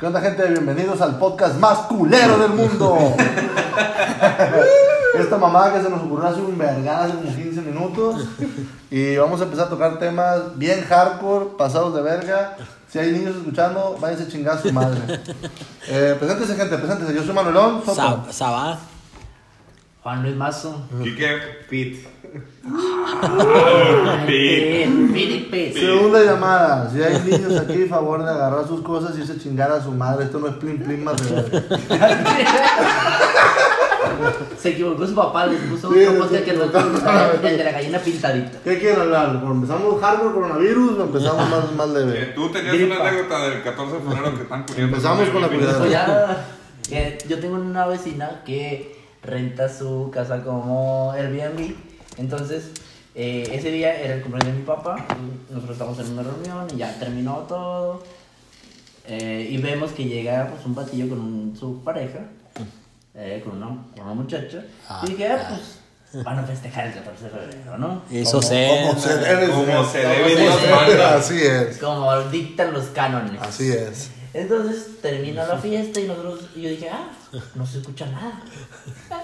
¿Qué onda, gente? Bienvenidos al podcast más culero del mundo. Esta mamada que se nos ocurrió hace un vergada, hace como 15 minutos. Y vamos a empezar a tocar temas bien hardcore, pasados de verga. Si hay niños escuchando, váyanse a chingar a su madre. Eh, preséntese, gente, preséntese. Yo soy Manuelón. Soto. Sa- Sabá. Juan Luis Mazo. Quique Pit. Segunda llamada. Si hay niños aquí, favor de agarrar sus cosas y se chingar a su madre. Esto no es plin plin más de verga. Se equivocó su papá, les puso Sí, otro sí, podcast que sí. no el el de la gallina pintadita. ¿Qué quieren hablar? ¿Empezamos hardcore coronavirus o empezamos más, más leve? Eh, Tú tenías Gripa. una anécdota del 14 de febrero que están cubriendo. Empezamos con la Pues curiosidad. ya, eh, yo tengo una vecina que renta su casa como Airbnb. Entonces, eh, ese día era el cumpleaños de mi papá. Nosotros estamos en una reunión y ya terminó todo. Eh, y vemos que llega pues, un batillo con un- su pareja, eh, con, una, con una muchacha. Ah, y dije, ah, ah. pues van a festejar el 14 de febrero, ¿no? Eso Como sé. se debe Como ser. se debe Como Dios se manda. Así es, Como dictan los cánones. así es. Entonces termina la fiesta y nosotros, y yo dije, ah, no se escucha nada.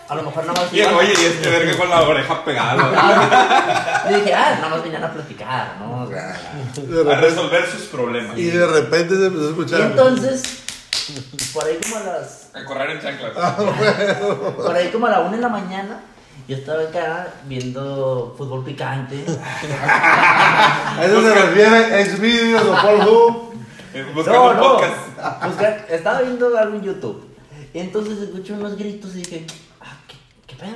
A lo mejor nada más. Y el- oye, y este verga con la oreja pegada. Yo dije, ah, nada más venían a platicar, ¿no? O sea, De ¿no? A repente- resolver sus problemas. y de repente se empezó a y escuchar. entonces, por ahí como a las. A correr en chanclas. Ah. Por ahí como a la una de la mañana, yo estaba acá viendo fútbol picante. A eso se refiere Xvideos o Pornhub. Eh, Buscando un podcast. Busca- estaba viendo algo en YouTube. Y entonces escuché unos gritos y dije, ah, ¿qué, qué pedo?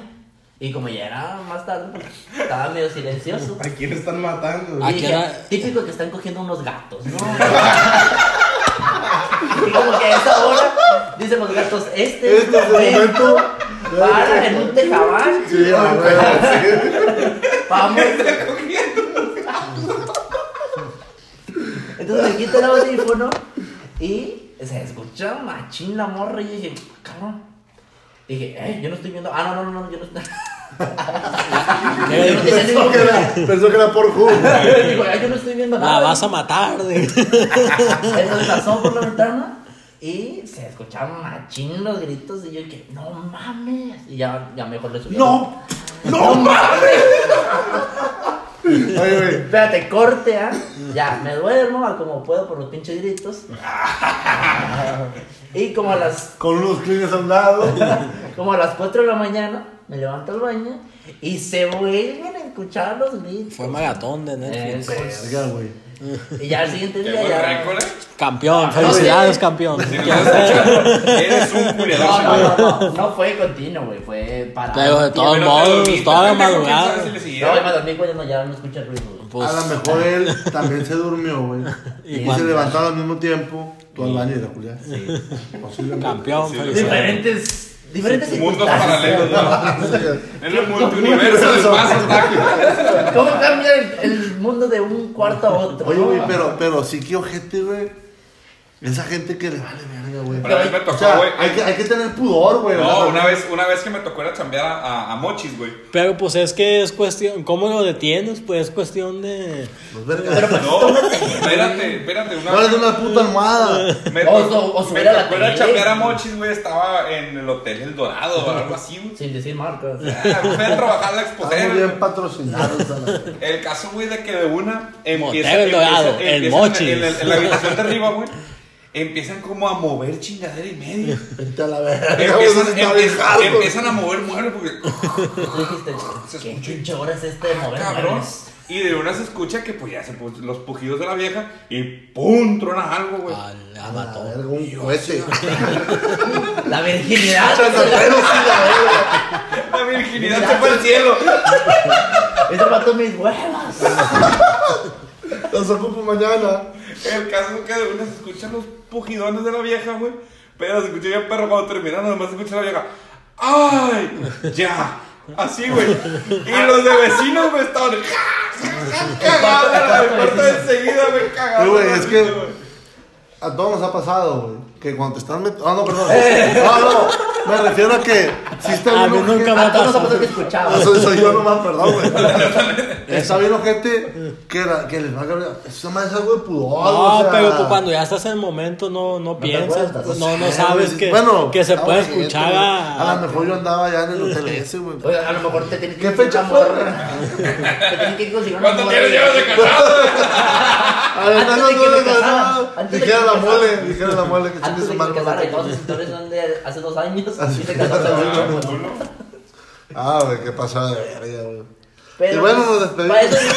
Y como ya era más tarde, pues, estaba medio silencioso. ¿A quién están matando? Y ¿A dije, qué hora? típico que están cogiendo unos gatos, ¿no? y como que a esa hora dicen los gatos, este es Este es el el momento momento. para en un tejabán, Sí, a ver, sí. vamos. Entonces me quito el audífono y se escucha machín la morra y dije, cabrón. Dije, eh, yo no estoy viendo. Ah, no, no, no, yo no estoy. yo no ¿Qué? tenía Pensó ningún- que era- Pensó que era Pornhub. Digo, "Ay, "Ah, yo no estoy viendo nada. La vas a matar. de- Entonces pasó por la ventana y se escuchaban machín los gritos y yo dije, no mames. Y ya, ya mejor le subí. ¡No! no mames. Oye, güey. Espérate, corte, ¿ah? Ya, me duermo a como puedo por los pinches gritos. y como a las, Con unos clines a un lado. como a las 4 de la mañana me levanto al baño y se vuelven a escuchar los gritos. Fue ¿eh? maratón de Netflix. Eso es. Verga, güey. Y ya al siguiente Qué día buen ya... récord, eh. Campeón, felicidades, Ah, sí. campeón. Si no lo escuchas, eres un No, culiador. no, no, no, no fue continuo, güey, fue para... Pero de Pero todos te modos, dormiste, toda la pendejo, ¿quién madrugada. sabe si No, le yo me siguieron? dormí, güey, no, ya no escucha ruido, güey. A lo Pues, mejor él también se durmió, güey. ¿Y Y se cuándo? levantaba al mismo tiempo. Tú al baño y la Julián. Posiblemente. campeón, Sí, felicidades. Diferentes. Diferentes Mundos circunstancias. paralelos, ¿no? En el multiuniverso Eso. de más ataques. ¿Cómo cambia el, el mundo de un cuarto a otro? Oye, güey, no? pero, pero sí que ojete, güey. Esa gente que le vale verga, güey. Pero a mí me O tocó, sea, güey. hay que, hay que tener pudor, güey. o No, sea, pues, una vez, una vez que me tocó ir a chambear a, a- a Mochis, güey. Pero pues es que es cuestión, ¿cómo lo detienes? Pues es cuestión de... Los vergas. pues, No, espérate, espérate. Una pues, No eres una puta almohada. Me O tocó- su- o me subir a la tocó ir a tele. chambear a Mochis, güey. Estaba en el Hotel El Dorado o algo así, güey. Sin decir marcas. Ah, Fui a trabajar la Estamos exposé. Ah, bien patrocinados. a la verga. El caso, güey, de que de una empieza, Motel El empieza- Dorado, el empiezan Mochis. En, el- en la habitación de arriba, güey. Empiezan como a mover chingadera y media. Vete a la verga. güey, eso Empiezan, está empie- bien hardcore. empiezan a mover muebles porque. oh, Dijiste, ¿qué pinche hora es este de mover Cabrón. muebles? Y de una se escucha que pues ya se puso los pujidos de la vieja y ¡pum! trona algo, güey. Ah, la A la mató. verga, un cohete. La virginidad. Pero sí, la verga. La virginidad se fue al cielo. Eso mató mis huevas. Los ocupo mañana. El caso es que de una se escuchan los pujidones de la vieja, güey. Pero se escucha bien perro cuando terminan, nada más se escucha la vieja. ¡Ay! ¡Ya! Así, güey. Y los de vecinos, güey, estaban. Cagados en la puerta enseguida, güey, cagados. Güey, es que- güey. A todos nos ha pasado, güey. Que cuando te están metiendo. Ah, no, perdón. No, no. Me refiero a que si está A bien mí nunca me ha ojete- Vamos a pasado. pensar que escuchaba. Ah, soy, soy yo nomás, perdón, güey. Está bien ojete que, la- que les va a cambiar. Eso más es algo de pudor, No, o sea, pero tú cuando ya estás en el momento no, no te piensas, acuerdas, pues, o no, no eh, sabes güey, que, bueno, que se estaba puede chiquito, escuchar güey. a... A lo mejor yo andaba ya en el hotel ese, güey. Oye, a lo mejor te tienes que ¿Qué fecha una fue, morra. Te tienes que conseguir una ¿Cuánto morra. tienes llevas de casado? A ver, Antes no, de que no, me no, casara, no. antes de que Dijera me la casara. mole, dijera la mole, que chingue Antes su de que me madre. casara, y todas güey. las historias son de hace dos años. Así Y te que- casaste hace Ah, mucho. Uno. Ah, güey, qué pasada de verga, güey. Pero, Y bueno, pues, nos despedimos. Para eso digo,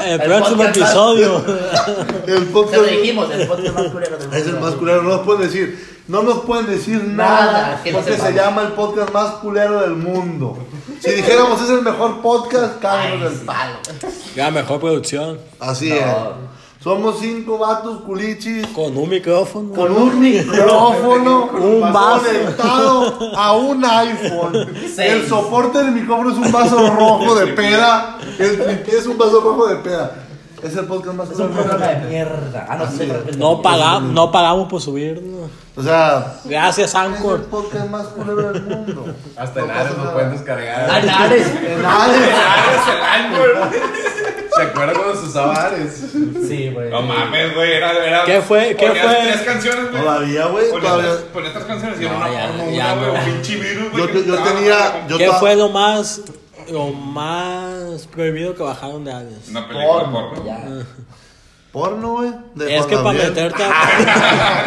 El El próximo podcast. episodio. El se lo podcast dijimos, el podcast más culero del mundo. es el más culero, no nos pueden decir. No nos pueden decir nada, Nada, que no porque se sepamos. llama el podcast más culero del mundo. Si dijéramos es el mejor podcast, Ay, cáganos del sí. palo. La mejor producción. Así No. es. Somos cinco vatos culichis Con un micrófono. con un micrófono Un vaso. conectado a un iPhone. Seis. El soporte del micrófono es un vaso rojo de peda. El tripié es un vaso rojo de peda. Es el podcast más Es un culero. programa de mierda. Ah, no, sí, No, paga- no pagamos por subir. ¿no? O sea, Gracias, es el Anchor. podcast más culero del mundo. Hasta No en pasa Ares nada. lo pueden descargar. Ah, no, eres- En Ares. Ares el ángel. ¿Se acuerdan cuando se usaba Ares? Sí, güey. No mames, güey. Era, era. ¿Qué fue? ¿Qué ponías fue? tres canciones, güey. Todavía, güey. Ponías, Todavía. ponías tres canciones y era No, una ya, porno, ya una, güey. no. Un pinche virus, güey. Yo- ah, que yo estaba- tenía- yo- ¿Qué estaba- fue lo más, lo más prohibido que bajaron de Ares? Una película de Porno, porno. ya. Porno, güey. de Es que Juan para Gabriel. meterte a,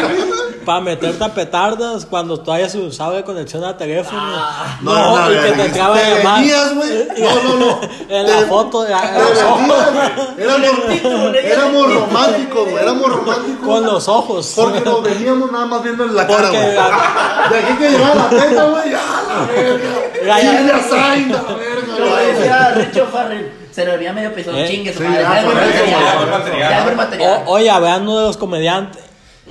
para meterte a petardas cuando todavía se usaba de conexión a teléfono. No, Ah. no, y que verga. te entraba Te llamar venías, güey. No, no, no. en la Te- foto de- Te venías, güey. Éramos- título, leía Éramos el título. románticos, güey. Éramos románticos. con los ojos. Porque nos veníamos nada más viendo en la cara, Porque güey. la- De aquí que llegaba la teta, güey. ¡Ya, la verga! La- ¡Silvia Sainz, la verga! Como güey. decía Richo Farrell, se le veía medio peso. Eh, Chingue su sí, madre. ya, Ya es buen por eso, material. ya, buen material. Ya es buen material. O- oye, hablando de los comediantes.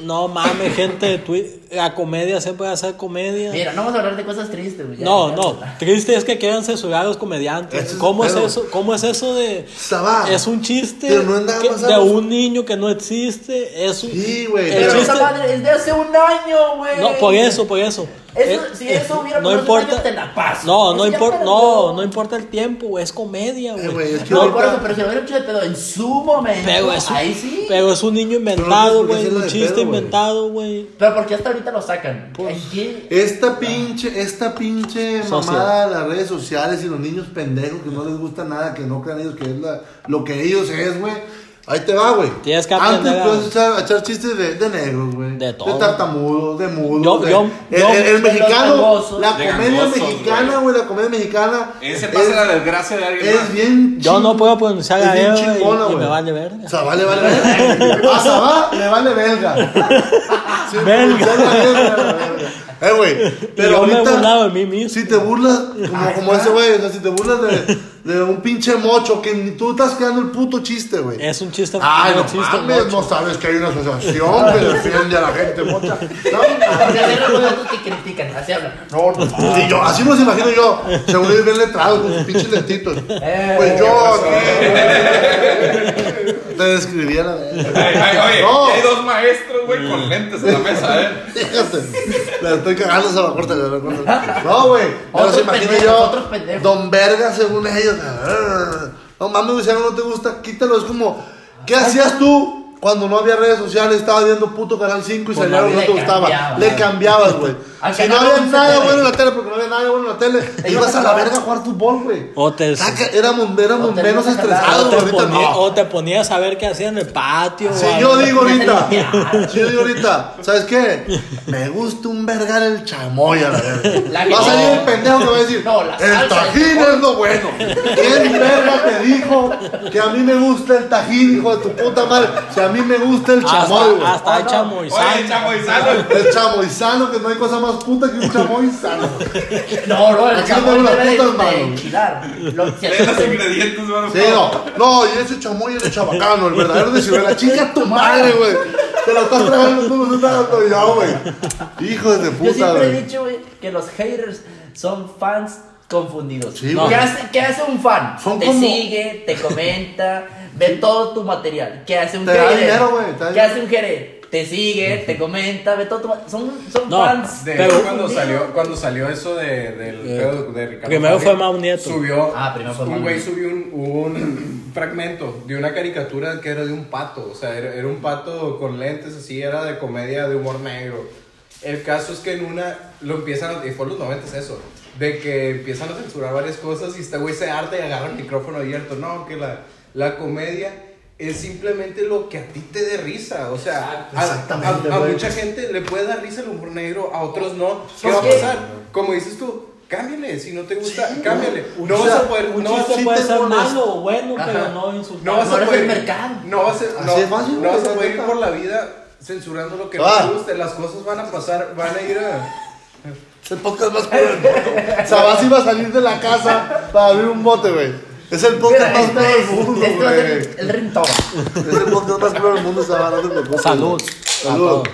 No mames, gente de Twitter. La comedia siempre va a ser comedia. Mira, no vamos a hablar de cosas tristes, güey. ya, no, ya. no. Triste es que quieran censurar a los comediantes. Ese es ¿Cómo el es pedo. eso? ¿Cómo es eso de.? Sabá. Es un chiste Ah, Pero no es nada que- más de a los- un niño que no existe. Es un, Sí, güey. el Pero chiste- esa madre es de hace un año, güey. No, por eso, por eso. Eso, Eh, si eso hubiera no pasado hace un importa. año, te la paso. No, no Eso ya importa, pasó. no, no importa el tiempo, güey, es comedia, Eh, güey, güey. es que No, ahorita- por eso, pero si lo hubiera hecho de pedo en su momento. Pero es, un, Ahí sí. Pero, pero es un niño Pero no inventado, es porque güey, sea un de chiste pedo, güey. inventado, güey. porque hasta ahorita lo sacan. ¿En qué? Esta pinche, esta pinche Socio. mamada de las redes sociales y los niños pendejos que no les gusta nada, que no crean ellos que es la- lo que ellos es, güey. Ahí te va, güey. Tienes que Antes aprender a- puedes echar, a echar chistes de, de negros, güey. De todo. tartamudos, de mudos. Yo- de- yo- el, yo- el- el de mexicano, los gangosos. la De comedia gangosos, mexicana, güey, la comedia mexicana. Ese es- pasa la desgracia de alguien. Es más. bien Yo ching- no puedo pronunciar es la bien E, güey, chingona, y me güey. vale verga. Sabá le vale verga. A Sabá le vale verga. Sí, Belga. ya la verga, la verga. Eh, güey. Pero Yo me he burlado ahorita, de mí mismo. si te burlas, como, como ese güey, o sea, si te burlas de, de un pinche mocho, que ni tú estás creando el puto chiste, güey. Es un chiste, Ay, un no chiste mames, mucho. no sabes que hay una asociación que defiende a la gente mocha. No, Porque así los vatos que critican, así hablan. no, no. Y yo, así me los imagino yo, según ellos bien letrados, con sus pinches lentitos. Eh, Pues yo aquí te describía la verga. Ay, ay, oye, No. ya hay dos maestros, güey, con Mm. lentes en la mesa, ¿eh? Fíjate, la estoy cagando, se la corta, se la corta. No, güey, me los Otros imagino pendejos, otros yo, pendejos. don verga según ellos. ah, No mames, güey, si algo no te gusta, quítalo. Es como, ¿qué hacías tú cuando no había redes sociales? Estabas viendo puto Canal 5 y Pues salía algo que no la te vida gustaba. cambiaba. Le cambiabas, güey. Al Si no Canal había 11 nada te bueno en ve. la tele, porque no había nada bueno en la tele, Te ibas a ibas la a- verga a jugar fútbol, güey. O te, Saca, Ah, éramos éramos O te menos ibas a jalar. estresados, o, güey, te ahorita ponía- no. o te ponías a ver qué hacía en el patio. Si o a yo ver- digo ahorita, Ya. si yo digo ahorita, ¿sabes qué? Me gusta un vergar el chamoy a la La verga. que Va a salir no. el pendejo que va a decir, No, la el salsa del tajín es lo bueno. ¿Quién verga te dijo que a mí me gusta el tajín, hijo de tu puta madre? Si a mí me gusta el chamoy, güey. Hasta, hasta hay Pues chamoyzán. Oye, chamoizano. El chamoyzano, que no hay cosa más puta que un chamoyzano. No, no, el Aquí no tengo chabón las debe putas de- manos. de enchilar. Lo- si Lee así los se- ingredientes, güey. Sí, no, no, y ese chamoy es el chabacano, el verdadero de Ciudadela. Chinga tu madre, güey. Te lo estás tragando tú, no estás dando ya, güey. Hijo de Yo puta, siempre he güey. dicho, güey, que los haters son fans confundidos. Sí, ¿Qué, güey. hace, qué hace un fan? Son te como- sigue, te comenta, ve todo tu material. ¿Qué hace un Te da hater? dinero, güey, te da ¿Qué dinero. hace un hater? te sigue, te comenta, ve todo. tu- Son, son No, fans. De Pero- hecho, cuando salió, cuando salió eso de, del Eh, pedo de Ricardo primero Farley, fue Mau Nieto. Subió. Ah, primero fue Mau Un güey Nieto. subió un, un fragmento de una caricatura que era de un pato. O sea, era, era un pato con lentes así, era de comedia de humor negro. El caso es que en una lo empiezan, y fue en los 90 eso, de que empiezan a censurar varias cosas y este güey se harta y agarra el micrófono abierto. No, que la, la comedia es simplemente lo que a ti te dé risa. O sea, a- a- Exactamente, a, güey. mucha gente le puede dar risa el humor negro, a otros no. ¿Qué ¿Sabes va a qué? pasar? Como dices tú, cámbiale, si no te gusta, cámbiale. Un No vas chiste- a poder, un no vas a chiste sí este puede te ser molesta. malo o bueno, pero Ajá. no insultar. no vas no a eres poder, del mercado. no vas a, Así no, es fácil, no vas güey, a poder ir neta. por la vida censurando lo que Ah. no te guste, las cosas van a pasar, van a ir a Es el podcast más peor del mundo. Sabás iba a salir de la casa para abrir un bote, güey. Es el podcast Mira, más esto peor del es- mundo, este va a güey. ser el ringtone. Es el podcast más peor del mundo, Sabás. No te preocupes, Salud. güey. Salud.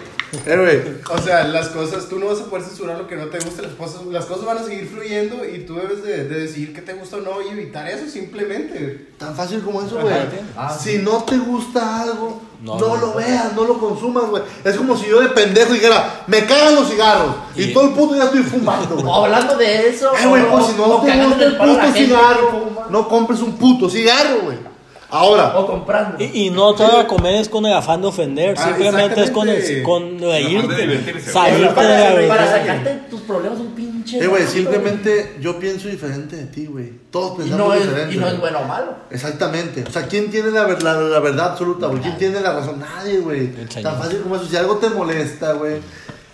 Eh, güey. o sea, las cosas, tú no vas a poder censurar lo que no te guste, las cosas, las cosas van a seguir fluyendo y tú debes de, de decidir qué te gusta o no y evitar eso simplemente. Tan fácil como eso, Ajá, güey. entiendo. Ah, Si no te gusta algo, No, no, no. lo veas, no lo consumas, güey. Es como si yo de pendejo dijera, me cagan los cigarros. Y, Y- todo el puto día estoy fumando, O güey. Hablando de eso. Ay, güey, pues si no, o te gusta cagándole el palo a la puto gente que cigarro, fuma. no compres un puto cigarro, güey. Ahora, O comprando. Y, y no toda la comedia es con el afán de ofender, Ah, simplemente es con, el, exactamente. con afán de reírte, Ah, divertirse, salirte para, de la para vergüenza. sacarte tus problemas un pinche. Eh, güey, rato, simplemente yo pienso diferente de ti, güey. Todos güey. Y pensamos no, es, diferente. y no es güey. bueno o malo. Exactamente. O sea, ¿quién tiene la, ver- la- la verdad absoluta, güey? ¿Quién tiene la razón? Nadie, güey. El señor. Tan fácil como eso. Si algo te molesta, güey.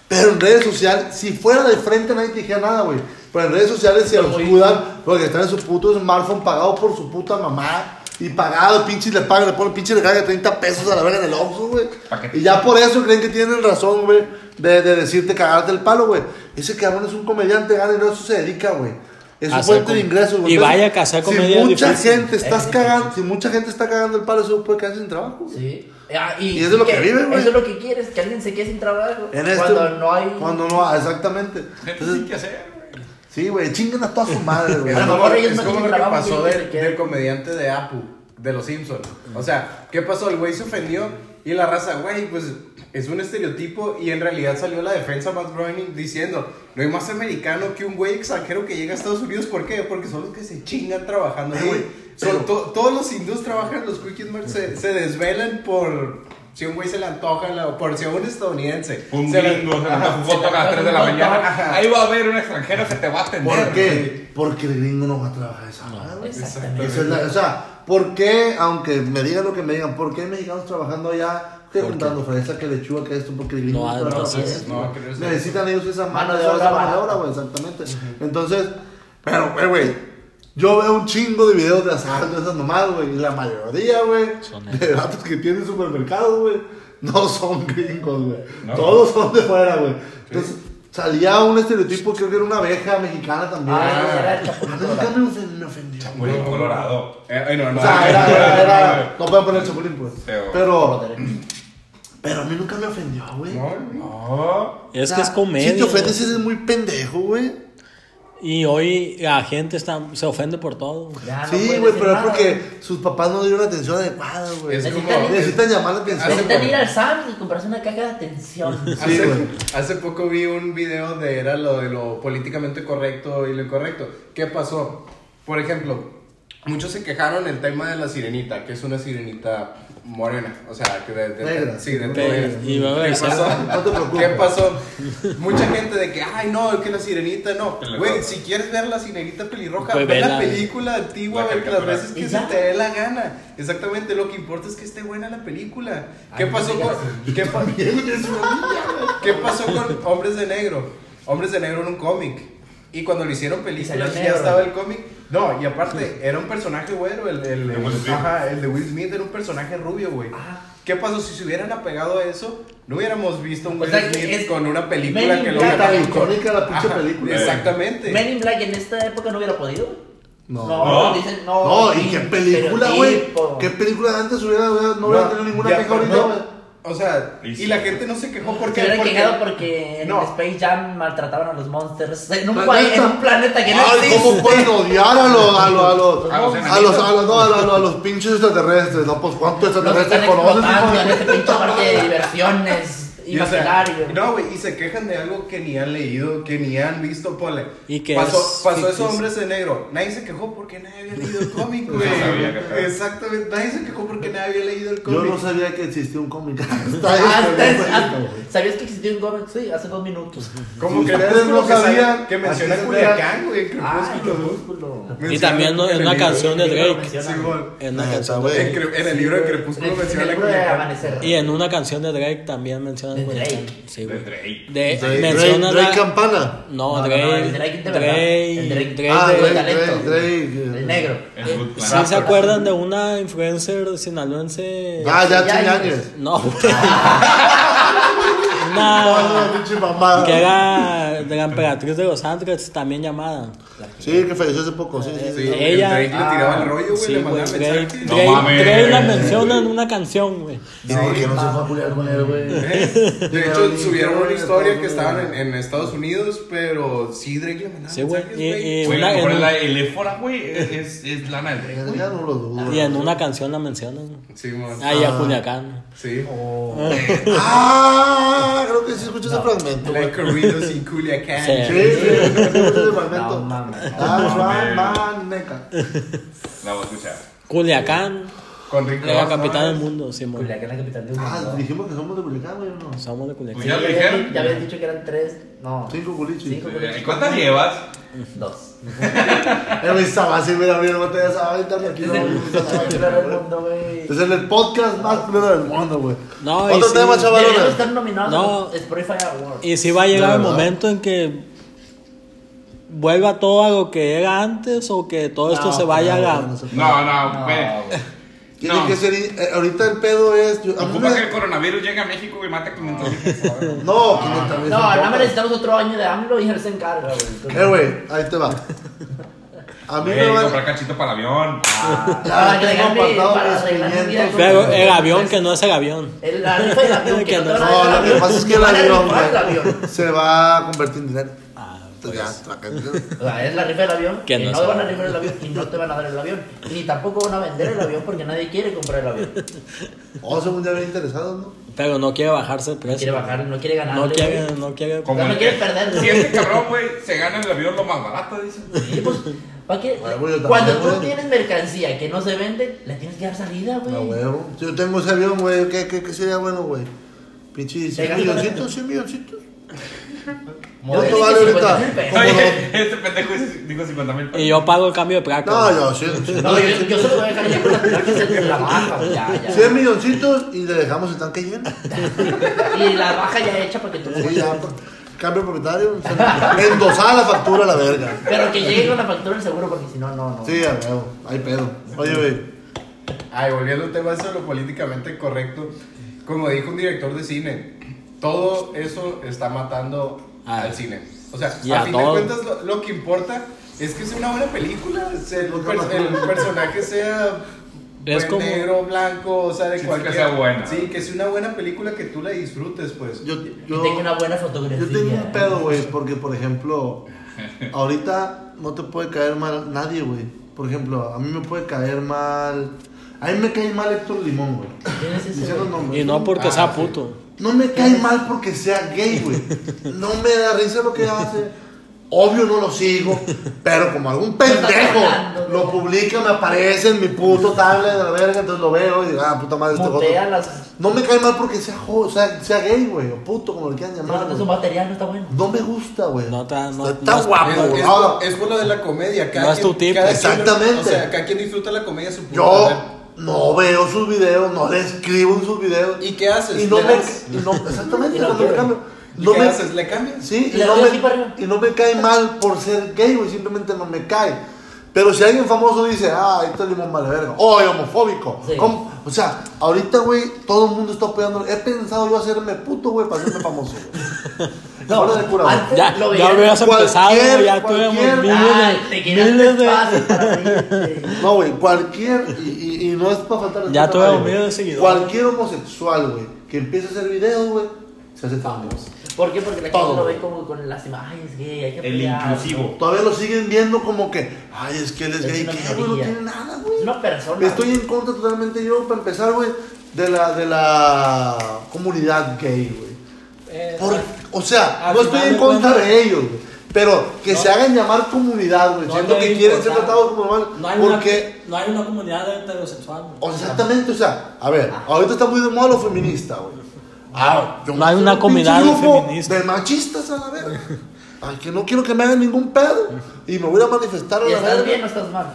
Pero en redes sociales, si fuera de frente nadie te dijera nada, güey. Pero en redes sociales se Pero los muy- cuidan porque están en su puto smartphone pagado por su puta mamá. Y pagado, pinche le pagan, le ponen pinche le carga 30 pesos a la verga en el Oxxo, güey. Paquete. Y ya por eso creen que tienen razón, güey, de, de decirte cagarte el palo, güey. Ese cabrón es un comediante, gana y no a eso se dedica, güey. Es su Hacer fuente de com- ingresos, güey. y Entonces, vaya que hacer comedia Si es mucha difícil. gente estás Es difícil. cagando, si mucha gente está cagando el palo, eso puede quedarse sin trabajo. güey. Sí. Ah, y, Y es de lo que viven, güey. Eso es lo que quieres, que alguien se quede sin trabajo. En este- cuando no hay. Cuando no hay, Ah, exactamente. Gente Entonces, sin que hacer, güey. sí, güey, chingan a toda su madre, güey. Es A lo como, mejor ellos es no como tienen lo que trabajo, pasó güey, del, que- del comediante de Apu, de los Simpsons. O sea, ¿qué pasó? El güey se ofendió y la raza, güey, pues es un estereotipo y en realidad salió la defensa de Matt Groening diciendo, no hay más americano que un güey extranjero que llega a Estados Unidos. ¿Por qué? Porque son los que se chingan trabajando, Ay, güey. pero- Son to- todos los hindús trabajan, los quickies se, se desvelan por... Si un güey se le antoja, la- por si a un estadounidense. Un se le- gringo, se le Ajá, antoja un hot dog a las 3 de la mañana. Ahí va a haber un extranjero que te va a atender. ¿Por qué? Porque el gringo no va a trabajar esa madre, güey. Exactamente. Esa es la- o sea, ¿por qué, aunque me digan lo que me digan, por qué hay mexicanos trabajando allá, que ¿Por qué? juntando fresa, que lechuga, que esto, porque el gringo No, no, trabaja entonces, esto, no va a güey. querer ser. Necesitan ellos esa mano Mano de de obra, obra mano de barata. obra, güey, exactamente. Entonces, pero, güey, güey, yo veo un chingo de videos de asalto, esas nomás, güey, y la mayoría, güey, Son de datos que tienen supermercados, güey, no son gringos, güey. No. Todos son de fuera, güey. Entonces, salía un estereotipo, creo que era una abeja mexicana también. Ah, era el A Chapulín mí Colorado. nunca me ofen- me ofendió. Güey, colorado. Eh, ay, no, no, O sea, no, era, no, era, no, no, era, no. no pueden poner chapulín, pues. Pero- Pero, pero a mí nunca me ofendió, güey. O No, no. No. Es sea, que es Ah. comedia. Si te ofendes, eres muy pendejo, güey. Y hoy la gente está, se ofende por todo. Ya, Ah, no sí, puedes güey, decir pero es nada, güey. porque sus papás no dieron la atención adecuada, güey. Es como... Necesitan- Necesitan llamar la atención. Necesitan Hace ir poco. al SAM y comprarse una caja de atención. Sí, Hace, güey. hace poco vi un video de era lo de lo políticamente correcto y lo incorrecto. ¿Qué pasó? Por ejemplo, muchos se quejaron el tema de la sirenita, que es una sirenita morena, o sea, que de, de- Negra. sí, de Negra. negra. Y va a haber ¿Qué escena. pasó? No te preocupes. ¿Qué pasó? Mucha gente de que, ay, no, es que la sirenita no. Pelirroja. Güey, si quieres ver la sirenita pelirroja, Pues ve la vela. película antigua, La ve las caricatura. veces ¿Y que se ya? te dé la gana. Exactamente, lo que importa es que esté buena la película. ¿Qué Ay, no pasó digas con.? ¿Qué pa- Es una- ¿Qué pasó con Hombres de Negro? Hombres de Negro era un cómic. Y cuando lo hicieron película, salió ya negro. estaba el cómic. No, y aparte, era un personaje güero. El, el, De Will Smith. ajá, el de Will Smith era un personaje rubio, güey. Ah. ¿Qué pasó si se hubieran apegado a eso? No hubiéramos visto un O Will sea, que Smith es- con una Men película in que lo Black, hubiera tan hecho. icónica la pinche Ajá, película. Exactamente. Men in Black en esta época no hubiera podido. güey. Este. No. No. dicen no. No, y sí, qué película, güey. estereotipo. Qué película de antes hubiera, no hubiera No, tenido ninguna ya, queja ahorita, no. güey. O sea, Y y, sí. la gente no se quejó Se porque. hubiera porque- quejado porque en No. Space Jam maltrataban a los monsters en un, La pla- neta. en un planeta que no Ay, existe. ¿cómo pueden odiar a los, a los, a los, A los a los, a los- no, a los- a los- a los pinches extraterrestres? No, pues ¿cuántos Los están extraterrestres conoces? hijo explotando de- en este pinche parque de diversiones Y, o sea, imaginario. no, güey, y se quejan de algo que ni han leído, que ni han visto, ponle. Y que pasó, es pasó eso ficticio. hombres de negro. Nadie se quejó porque nadie había leído el cómic, No güey. sabía que acá. Exactamente, nadie se quejó porque nadie había leído el Yo cómic. no sabía que existía un cómic. Hasta Ah, este hasta es- momento, ah, güey. ¿Sabías que existía un cómic? Sí, hace dos minutos. Como Si que ustedes no no sabían sabían, que menciona aquí se Culiacán, güey. Ah, Crepúsculo, güey. Crepúsculo. Y también Menciona en el una libro, canción de el libro lo Drake. menciona. Sí, güey. En una Ah, canción güey. de En, Drake. cre- en el libro de Crepúsculo En el menciona libro de Culiacán. Amanecer. Y en una canción de Drake también mencionan De Drake. Culiacán. Sí, De güey. Drake. De, Drake- menciona Drake- Drake la- Campana. No, No, no, Drake. no, el Drake de verdad. El Drake- Drake Ah, de- Drake, talento. Drake, Drake. El negro. El Good ¿Sí Plan. se acuerdan de una influencer sinaloense? Ah, ya Ya, tiene ya. años. No, güey. Ah, Una pinche mamada. que era de la emperatriz de los Andrats, también llamada. Sí, que falleció hace poco, sí, sí, Sí, sí. el Ella- ah, Drake le tiraba el rollo, güey, Sí, le güey. mandaba Drake, mensajes. No Drake- mames. Drake la menciona en una canción, güey. No, que no se fue a culiar con él, güey. Eh, De hecho, Pero subieron ni- una historia que no, estaban no. en, en Estados Unidos, pero sí, Drake le mandaba Sí, güey. mensajes, Y- y- Güey, una- a lo en mejor un- la- el éfora, güey, es, es lana de Drake. Ya no lo dudo. Y en una canción la mencionan. Sí, mon. Ah, y a Culiacán. Sí. Oh, Ah, creo que sí escuché ese fragmento, güey. Like corridos y Culiacán. Sí. Sí, sí, sí, escuché ese No, fragmento. Ah, mames. That's right, mames. man, neca. La voy a escuchar. Culiacán, Con Rick era Ross, capitán ¿no? del mundo, Simón. Culiacán, la capital de Ah, mundo. dijimos que somos de Culiacán, güey, o no. Somos de Pues Culiacán. ya lo dijeron. Ya habías dicho que eran tres. No. Cinco culichis. Cinco culichis. ¿Cuántas llevas? Dos. Eh, güey, estaba así, mira, mira, no te vas a aventar aquí, Es no, el no, no, no, primero del no, no. mundo, güey. Es el podcast más culero del mundo, güey. No, y Otro sí. tema, Deberían chavalones. estar nominados No. a los Spotify Awards. Y si va a llegar De el verdad. momento en que vuelva todo a lo que era antes o que todo esto No, se vaya a no, la... no se puede. No, no, No, espere. güey. Tiene no. que ser. eh, ahorita el pedo es. Pues yo- a mí Ocupa me- que el coronavirus llegue a México y mate 500 No, 500 veces. No, tampoco. ahora necesitamos otro año de AMLO y él se encarga, güey. Eh, güey, ahí te va. A mí me Güey, va. comprar cachito para el avión. Ah, Ya para que tengo gane, apartado para mis arreglar mi vida 500. con- Pero el avión que no es el avión. El, la rifa del avión, Que que no te no- van a No, dar lo que pasa es que el te van a avión, rifar el güey, avión. se va a convertir en dinero. Ah, Entonces, ya, traca- O sea, es la rifa del avión, Que que, no no, se te van va. a rifar el avión y no te van a dar el avión. Ni tampoco van a vender el avión porque nadie quiere comprar el avión. O sea, un día bien interesado, ¿no? pero no quiere bajarse el No quiere precio. bajar, no quiere ganar. No quiere, no quiere. Como No me el- quieres perder. Si este cabrón, güey, se gana el avión lo más barato, dice. Y pues, ¿pa' qué? Bueno, güey, yo Cuando también, tú güey. tienes mercancía que no se vende, le tienes que dar salida, A güey. huevo. Si Yo tengo ese avión, güey. ¿Qué, qué, qué sería bueno, güey? Pinche, 100 ganas- milloncitos, 100 milloncitos. Modelo ¿Cuánto vale de ahorita? 50,000 pesos. ¿Cómo Oye, este pendejo dice- dijo 50 mil Y yo pago el cambio de placa. No, güey. yo, 100 No, yo, yo solo voy a dejar ya con las placas en la baja, güey, ya, ya. 100 milloncitos y le dejamos el tanque lleno. Y la baja ya hecha para que tú Sí, ya, pues, cambio de propietario. o sea, Endosada la factura a la verga. Pero que llegue con la factura del seguro porque si no, no, no. Sí, a huevo. Hay pedo. Oye, güey. Ay, volviendo al tema de lo políticamente correcto. Como dijo un director de cine, todo eso está matando Ah. al cine. O sea, Y a a fin de todo. cuentas, lo, lo que importa es que sea una buena película. o sea, el, Lo que per- más- el personaje sea. Es buen como- negro, blanco, o sea, de Sí, que cualquier. sea buena. Sí, que sea una buena película que tú la disfrutes, pues. Yo, Que yo, tenga una buena fotografía. yo tengo un pedo, güey, porque, por ejemplo, ahorita no te puede caer mal nadie, güey. Por ejemplo, a mí me puede caer mal... A mí me cae mal Héctor Limón, güey. ¿Quién es ese, Diciendo güey? nombres. Y no porque Ah, sea sí. puto. No me cae mal porque sea gay, güey. No me da risa lo que hace. Obvio no lo sigo, pero como algún pendejo lo publica, me aparece en mi puto tablet de la verga, entonces lo veo y digo, ah, puta madre, este joto. Motea las. No me cae mal porque sea, jo- sea, sea gay, güey, o puto, como le quieran llamar. No, güey. su material no está bueno. No me gusta, güey. No está- no- está no es- Es, guapo, es, güey. por- Ahora, es por lo de la comedia. Cada No es tu quien- tipo. cada quien- Exactamente. o sea, cada quien disfruta la comedia a su punto. yo de ver. no veo sus videos, no le escribo en sus videos. ¿Y qué haces? Y no ¿Le me. das? y no- exactamente, Y lo no me quiero. cambio. ¿Y No qué me- haces? ¿Le cambias? Sí, y Le no, doy así para me, arriba. y no me cae mal por ser gay, güey, simplemente no me cae. Pero si alguien famoso dice, ah, esto es limón vale verga, o es homofóbico. Sí. ¿Cómo? O sea, ahorita, güey, todo el mundo está operando. He pensado yo hacerme puto, güey, para hacerme famoso. güey. Ahora de cura, güey. antes Ya, lo ya veía. hubieras empezado, Cualquier- güey, ya cualquier- Ah, tuviéramos Ay, miles de. Ah, te querías miles de- despacio para mí. No, güey, cualquier, y, y- y no es para faltar respeto Ya a tuve nadie, un güey. miedo de seguidores. Cualquier homosexual, güey, que empiece a hacer videos, güey, se hace famoso. ¿Por qué? Porque la gente Todo. lo ve como con lástima. Ay, es gay, hay que El apoyarlo. inclusivo. Todavía lo siguen viendo como que, ay, es que él es, Es gay, una ¿qué, güey? No minoría. tiene nada, güey. Es una persona. Estoy en contra totalmente yo, para empezar, güey, de la, de la comunidad gay, güey. Eh, Por- o sea, Al no estoy final en de contra cuentas- de ellos, güey, Pero que se hagan llamar comunidad, güey. no Siento debe que quieren ser importar. tratados como normal. No hay, porque, una, no hay una comunidad heterosexual. güey. o sea, exactamente, o sea, a ver, ahorita está muy de moda lo feminista, güey. Ah, yo No hay soy una un pinche comunidad grupo feminista. De machistas a la verga. Ay, que no quiero que me hagan ningún pedo. Y me voy a manifestar a ¿Y la estás verga. bien o estás mal?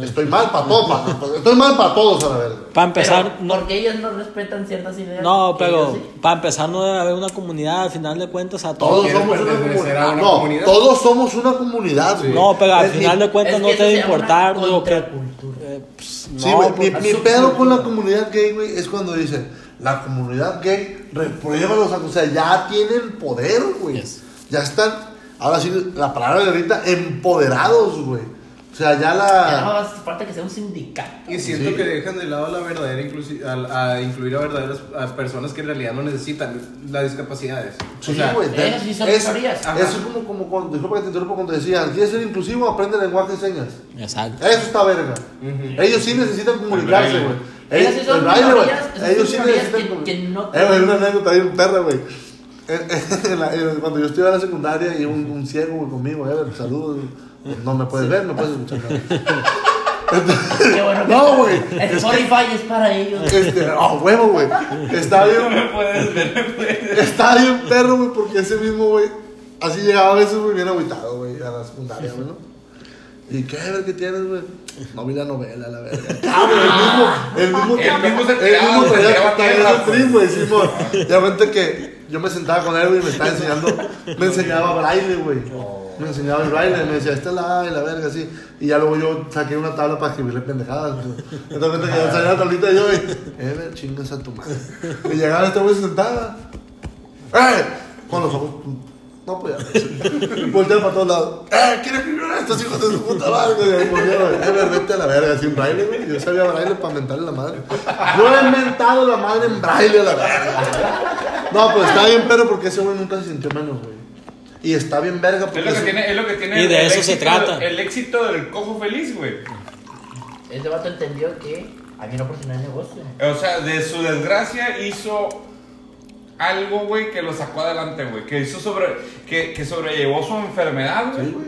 Estoy mal para todos, pa- estoy mal para todos a la verga. Para empezar, Pero, no, Porque ellos no respetan ciertas ideas. no, que pero ellos sí. para empezar no debe haber una comunidad, al final de cuentas a todos. Todos ¿Quieres somos una pertenecer a comunidad. una No, comunidad? todos somos una comunidad, güey. No, pero al Es mi- final de cuentas es no que te debe eso se llama importar una lo que... contracultura. eh, pues, Sí, no, güey, porque- mi, mi pedo con la comunidad gay, güey, es cuando dicen, la comunidad gay reprueba los actos. O sea, ya tienen poder, güey. Yes. Ya están, ahora sí, la palabra de ahorita, empoderados, güey. O sea, ya Ya no la... hace falta que sea un sindicato. Y siento Sí. que dejan de lado la verdadera inclusi- a, a incluir a verdaderas a personas que en realidad no necesitan las discapacidades. Sí, o sea, güey, eso ya- sí son es, minorías. Ajá. Eso es como, como cuando, disculpa que te interrumpa, cuando decían, ¿quieres ser inclusivo? Aprende lenguaje de señas. pues, Exacto. Eso está verga. Ellos sí necesitan comunicarse, El güey. baile. Ellos sí son minorías, güey. son Ellos sí minorías necesitan que- comu- que no- Eh, güey, una anécdota bien perra, güey. En- en- en la- en- Cuando yo estuve en la secundaria y un, un ciego güey, conmigo, eh, saludos. güey. No me puedes ver, me puedes escuchar. Qué bueno que- No, güey. Spotify es para ellos. Este, oh, huevo, güey. Está bien, me puedes ver. Está bien perro, güey, porque ese mismo, güey, así llegaba a veces, güey, bien agüitado, güey, a la secundaria, güey, ¿no? ¿Y qué ver que tienes, güey? No vi la novela, la verga. Ah, güey, el mismo, el mismo, El mismo se el mismo tiraba, traía se tiraba traía tierra, el trip, güey, sí, güey. Y de repente que yo me sentaba con él, güey, y me estaba enseñando, me enseñaba braille, güey. Me enseñaba el braille, me decía, esta es la A y la verga, así. Y ya luego yo saqué una tabla para escribirle pendejadas, güey. Entonces, que yo salía la tablita y yo, güey, Ever, chingas a tu madre. Y llegaba este güey sentada. ¡Eh! Con los ojos. No podía. Volteaba para todos lados. ¡Eh! ¿Quieres escribir estos hijos de su puta madre? Y ahí volteaba, Eh, güey, vete a la verga, sin braille, güey. Yo sabía braille para mentarle la madre. Yo he mentado la madre en braille a la verga. güey. No, pues está bien, pero porque ese güey nunca se sintió menos, güey. Y está bien verga porque. Es lo que eso- tiene, es lo que tiene Y de el eso se éxito- trata. El éxito del cojo feliz, güey. Ese vato entendió que había una oportunidad de negocio. O sea, de su desgracia hizo algo, güey, que lo sacó adelante, güey. Que hizo sobre. Que, que sobrellevó su enfermedad, güey. Sí, güey.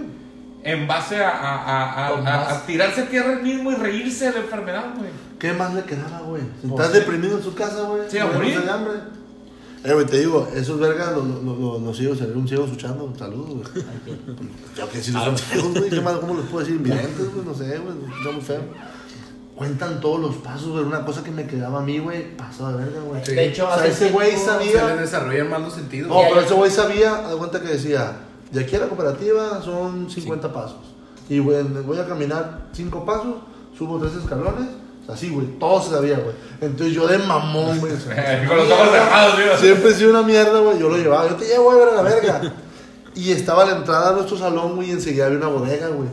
En base a, a, a- a- Con a- más. a tirarse a tierra el mismo y reírse de la enfermedad, güey. ¿Qué más le quedaba, güey? Si Pues estás sí. deprimido en su casa, güey. Sí, a muriéndose morir. de hambre. Eh, güey, te digo, esos vergas los, los, los, los ciegos, salieron ciegos escuchando, saludos, güey. Yo que si los son ciegos, güey, ¿qué más? ¿Cómo los puedo decir? Invidentes, güey, no sé, güey, está muy feo. Cuentan todos los pasos, güey, una cosa que me quedaba a mí, güey, pasado de verga, güey. Sí. De hecho, O sea, hace ese güey tiempo- Se sabía... les desarrollan más los sentidos. No, Ya, pero ya. ese güey sabía, haz de cuenta que decía, de aquí a la cooperativa son 50 pasos. Y güey, voy a caminar 5 pasos, subo 3 escalones, así, güey, todo se sabía, güey. Entonces yo de mamón, güey. Con los ojos cerrados, güey. Siempre he sido una mierda, güey, yo lo llevaba, yo te llevo, güey, a la verga. Y estaba a la entrada de nuestro salón, güey, y enseguida había una bodega, güey.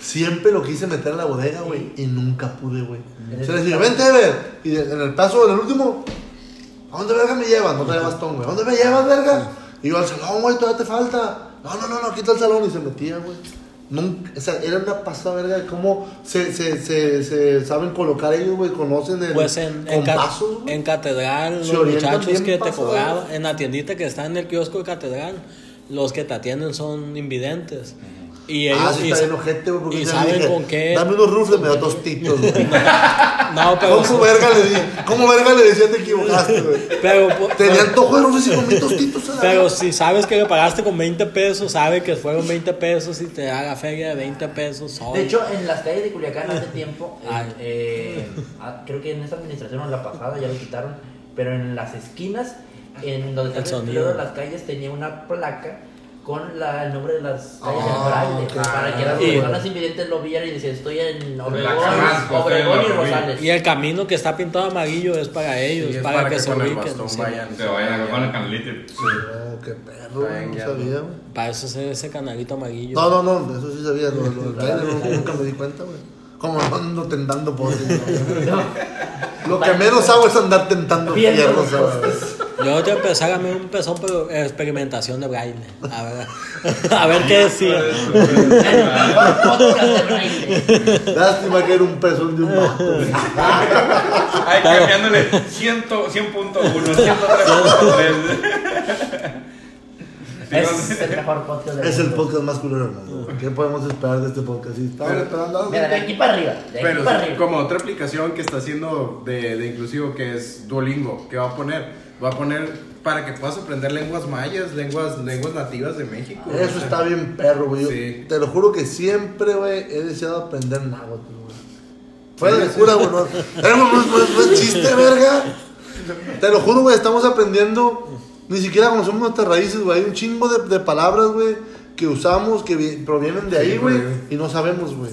Siempre lo quise meter a la bodega, güey, y nunca pude, güey. Se le decía, vente, ver. Y de- en el paso, en el último, ¿a dónde verga me llevas? No traía bastón, güey. ¿A dónde me llevas, verga? Y yo al salón, güey, todavía te falta. No, no, no, no, quita el salón. Y se metía, güey. Nunca, o sea, era una pasada verga de cómo se, se, se, se saben colocar ellos, güey, conocen el Pues en, en, ca- compazos, güey. en Catedral, Se los orientan muchachos bien que te pasados. cobraban, en la tiendita que está en el kiosco de Catedral, los que te atienden son invidentes. Y ellos Ah, sí, y está sa- bien ojete, güey, porque y yo le saben dije, con qué. Dame unos rufles, me da dos titos, güey. No, pero, ¿Cómo verga le di? ¿Cómo verga le decía te equivocaste, güey? pero, pero- Tenía antojo de rufles y comí tostitos a la pero verga. si sabes que le pagaste con 20 pesos, sabe que fueron 20 pesos y te da la feria de 20 pesos. son. De hecho, en las calles de Culiacán hace tiempo, eh, Ay. eh, ah, creo que en esta administración o la pasada ya lo quitaron, pero en las esquinas, en donde El está el sonido. de las calles, tenía una placa con la, el nombre de las calles Ah, temporales, claro. para que las Y- personas invidentes lo vieran y decían, estoy en Obregón, Carrasco, estoy en Obregón y Obregón". Rosales. Y el camino que está pintado amarillo es para ellos, Sí, es para, que, se con el ubiquen. bastón sí. vayan. Te vayan a con el canalito. Oh, qué perro, güey, no Venga. sabía, güey. Para eso es ese canalito amarillo. No, no, no, de eso sí sabía, lo, lo del baile, no, nunca me di cuenta, güey. Como no ando tentando postes, güey. Lo que menos hago es andar tentando Viendo fierros, los güey. Yo te empecé a ganar un pezón, pero experimentación de braille. A ver, a ver qué decía. Podcast de braille. Lástima que era un pezón de un vato, güey. Ay, cambiándole 100, 100.1, 103.3. Es el mejor podcast del Es el mundo. podcast más culero del mundo. güey. ¿Qué podemos esperar de este podcast? Sí, estamos Pero- esperando algo. Mira, de aquí para arriba, de aquí Pero para sí, arriba. como otra aplicación que está haciendo de, de inclusivo, que es Duolingo, que va a poner, va a poner para que puedas aprender lenguas mayas, lenguas, lenguas nativas de México. o Eso sea. está bien perro, güey. Yo Sí. Te lo juro que siempre, güey, he deseado aprender náhuatl, güey. Fuera de Sí, sí. cura, güey. no- Tenemos un un- un chiste, verga. Te lo juro, güey, estamos aprendiendo. Ni siquiera conocemos nuestras raíces, güey. Hay un chingo de, de palabras, güey, que usamos, que vi- provienen de Sí, ahí, güey. güey. Y no sabemos, güey.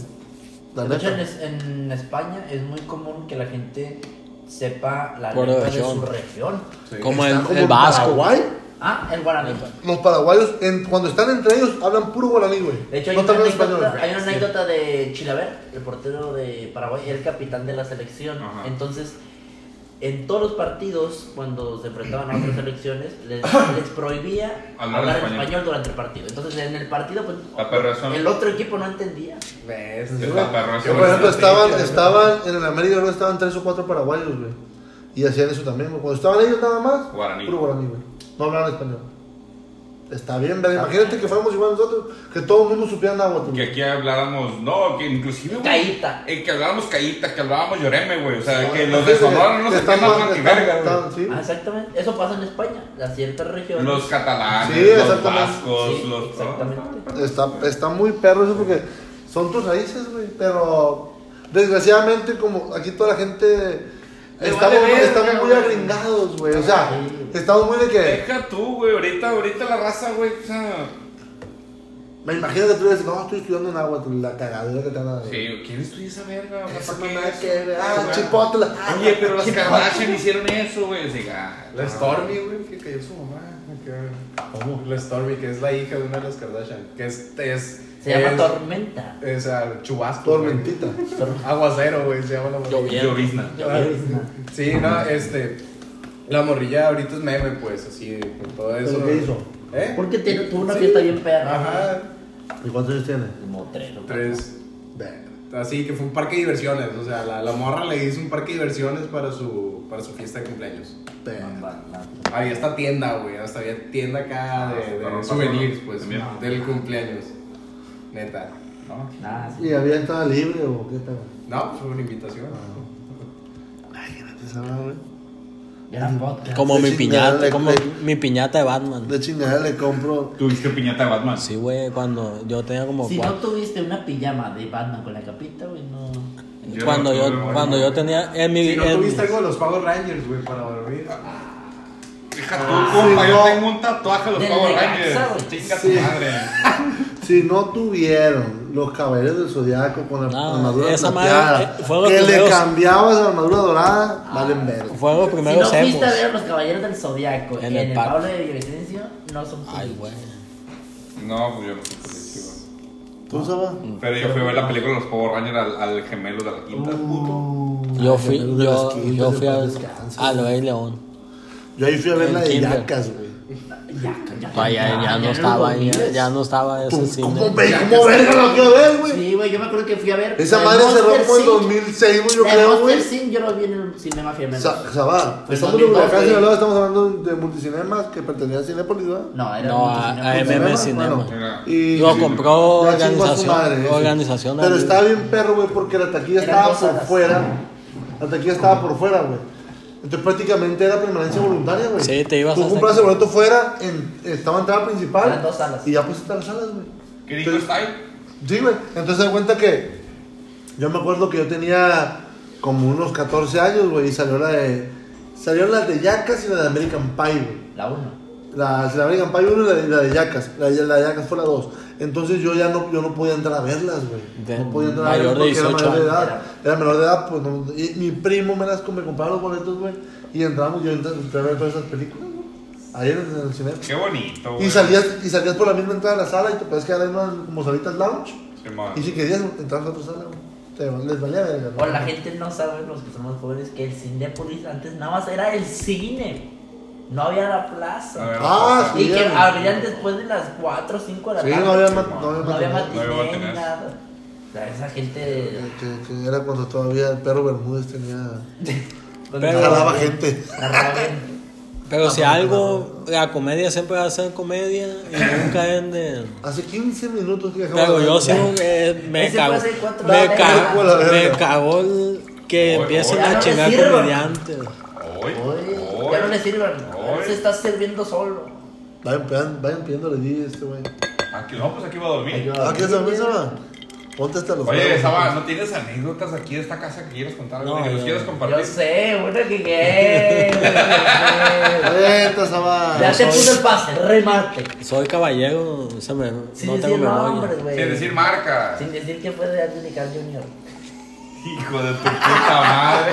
La De hecho, en, neta. es- en España es muy común que la gente sepa la Por lengua de región. su región. Sí. Como el, Están como el en vasco. Paraguay, Ah, el guaraní. los paraguayos, en- cuando están entre ellos, hablan puro guaraní, güey. De hecho, hay, no te una hablan español. anécdota, hay una anécdota de Chilaver, el portero de Paraguay, el capitán de la selección. Ajá. Entonces, en todos los partidos, cuando se enfrentaban a otras selecciones, les, les prohibía Hablar hablar, español. español. durante el partido. Entonces, en el partido, pues, La perra es una- el otro equipo no entendía. ¿Ves? Está perro eso, Yo, Por ejemplo, güey, estaban, sí, estaban en el América, creo que estaban tres o cuatro paraguayos, güey. Y hacían eso también, güey. Cuando estaban ellos nada más, Guaraní. puro guaraní, güey. No hablaban español. Está bien, verga. Imagínate que fuéramos igual nosotros, que todo el mundo supiera náhuatl. Que güey. aquí habláramos, no, que inclusive, güey. Caíta. eh, que habláramos caíta, que hablábamos lloreme, güey. O sea, que Sí, los que- de Sonora no que se están entienden más- más que están- verga, güey. están- sí. Ah, exactamente. Eso pasa en España. Las ciertas regiones. Los catalanes, Sí, los exactamente. vascos, Sí, los. exactamente. Está, está muy perro eso porque son tus raíces, güey. Pero desgraciadamente, como aquí toda la gente. Le Estamos, vale verga, estamos muy güey. agringados, güey. O sea, Sí. estamos muy de que. Deja tú, güey. Ahorita, ahorita la raza, güey. O sea, Me imagino que tú dices, no, estoy estudiando en agua, la cagadera que te van a dar. sí, ¿quién estudia esa verga? O sea, Esa ¿para qué mamá eso? que ve, ah, güey. Chipotla. Oye, pero las Chipotla. Kardashian hicieron eso, güey. O sea, La Stormy, güey, que cayó su mamá. que- La Stormy, que es la hija de una de las Kardashian. Que es. es Se llama es- tormenta. Es ah, chubasco. Tormentita. Tor- güey. Aguacero, güey, se llama la morrilla. Lloviendo. Llovizna. Sí, no, este. La morrilla ahorita es meme, pues, así, con todo eso. ¿Pero qué hizo? ¿Eh? Porque tiene- tuvo una Sí. fiesta bien perra. Ajá, ¿Y cuántos años tiene? Como tres, ¿no? tres. Así que fue un parque de diversiones, o sea, la, la morra le hizo un parque de diversiones para su, para su fiesta de cumpleaños. Había esta tienda, güey, hasta había tienda acá de, de Ah, sí, souvenirs, para- pues, también. del cumpleaños. Neta. No, Ah, sí. ¿Y había estado libre o qué pedo? no pues, fue una invitación. ah, Gran podcast. Como mi Sí, chingada, piñata, le- como le- mi piñata de Batman. De chingada le compro. Tuviste piñata de Batman. Sí, güey, cuando yo tenía como Si no cuatro. tuviste una pijama de Batman con la capita, güey, no. Yo Cuando no tuve yo, Batman. cuando yo tenía. En mi, Si no en- tuviste algo de los Power Rangers, güey, para dormir. Deja tú, compa. Yo Ah, no. tengo un tatuaje de los Del Power Necaxa, Rangers. güey. Chinga tu Sí. madre. Si no tuvieron los caballeros del zodiaco con la No, armadura Ah, esa madre, plateada, eh, fueron los que le primeros. cambiabas la armadura dorada, valen verga. Fueron los Si no primeros fuiste a emos. ver a los caballeros del zodiaco En en, el el parque. Pablo de Villavicencio, no son Ay, tuyos. güey. No, pues yo no fui por eso, güey. ¿Tú sabes? Pero yo fui a ver la película de los Power Rangers al, al gemelo de la quinta. puto. Yo fui, Caballeros de yo, las Quintas, yo de fui a paz ver descanse. a Rey León. Yo ahí fui a ver la en de Kinder. Yacas, güey. Ya, ya, ya, No, ya, ya no en estaba ahí, ya, 2000. ya no estaba ese ¿Cómo, cine. cómo ve- cómo verga lo quiero ver, güey? Sí, güey, yo me acuerdo que fui a ver. Esa el madre se Monster rompió en Sync. 2006, güey, yo El creo, Monster güey. Sync yo lo vi en el Cinema Fiamel. Sa- Sabá, Pues estamos no, en Culiacán, mi Sinaloa, estamos hablando de multicinemas que pertenecía a Cinépolis, ¿verdad? No, era No, el a- Ah, Cinema a Fiamel. MM bueno, Cinema. y- Lo sí, compró ya chingó a su organización- madre, sí. organización Pero al- estaba bien perro, güey, porque la taquilla Eran estaba dos por horas. fuera. La taquilla estaba por fuera, güey. Entonces prácticamente era permanencia voluntaria, güey. Sí, te ibas Tú hasta compras aquí. el boleto fuera, en, estaba entrada principal. Eran dos salas. Y ya pusiste las salas, güey. ¿Qué dijo Entonces- está ahí? Sí, güey. Entonces se da cuenta que yo me acuerdo que yo tenía como unos 14 años, güey, y salió la de salió la de Yacas y la de American Pie, güey. La 1. La, si la American Pie 1 y la, de- la de Yacas. La, de- la de Yacas fue la 2. Entonces yo ya no, yo no podía entrar a verlas, güey. De- No podía entrar a verlas mayor de porque era 18 mayor de años. edad. Era menor de edad, pues no- y mi primo me las me compraba los boletos, güey. Y entramos, yo entré, entré a ver todas esas películas, güey. Ahí en el, en el cine. Qué bonito, güey. Y salías, y salías por la misma entrada de la sala y te podías quedar en unas como salitas lounge. Simón. Y si querías entrar a la otra sala, güey. Te, les valía verga, O güey. la gente no sabe, los que somos jóvenes, que el Cinépolis antes nada más era el cine. No había la A ver, plaza. Ah, sí. Y que güey. abrían después de las 4 o 5 de la Sí, tarde. no había, ma- no había No había material. había matiné, matinés. nada. O sea, esa gente. Que, que era cuando todavía el perro Bermúdez tenía. donde Pero- jalaba gente. pues, Jalaba gente. Pero si algo, la comedia siempre va a ser comedia y nunca es de... Hace 15 minutos que dejamos Pero de- yo sigo que me Ese cagó. fue hace cuatro Me, años. ca- Fue la verga. me cagó el que Hoy, empiecen hoy. Ya a no me chingar sirvan. comediantes. Hoy, Oye, hoy. ya no le sirvan. Oy. Él se está sirviendo solo. Vayan, vayan, vayan pidiéndole DJ a este güey. Aquí, no, pues aquí va a dormir. ¿A qué se me suena? Ponte hasta los Oye, huevos. Saba, ¿no tienes anécdotas aquí de esta casa que quieres contar? No, güey? que nos yo- quieres Yo compartir? sé, bueno, que que. Vete, Saba. Ya te soy- puse el pase, remate. Soy caballero, se me- Sin no tengo decir memoria. nombres, güey. Sin decir marca. Sin decir que fue de Angelical Junior. Hijo de tu puta madre.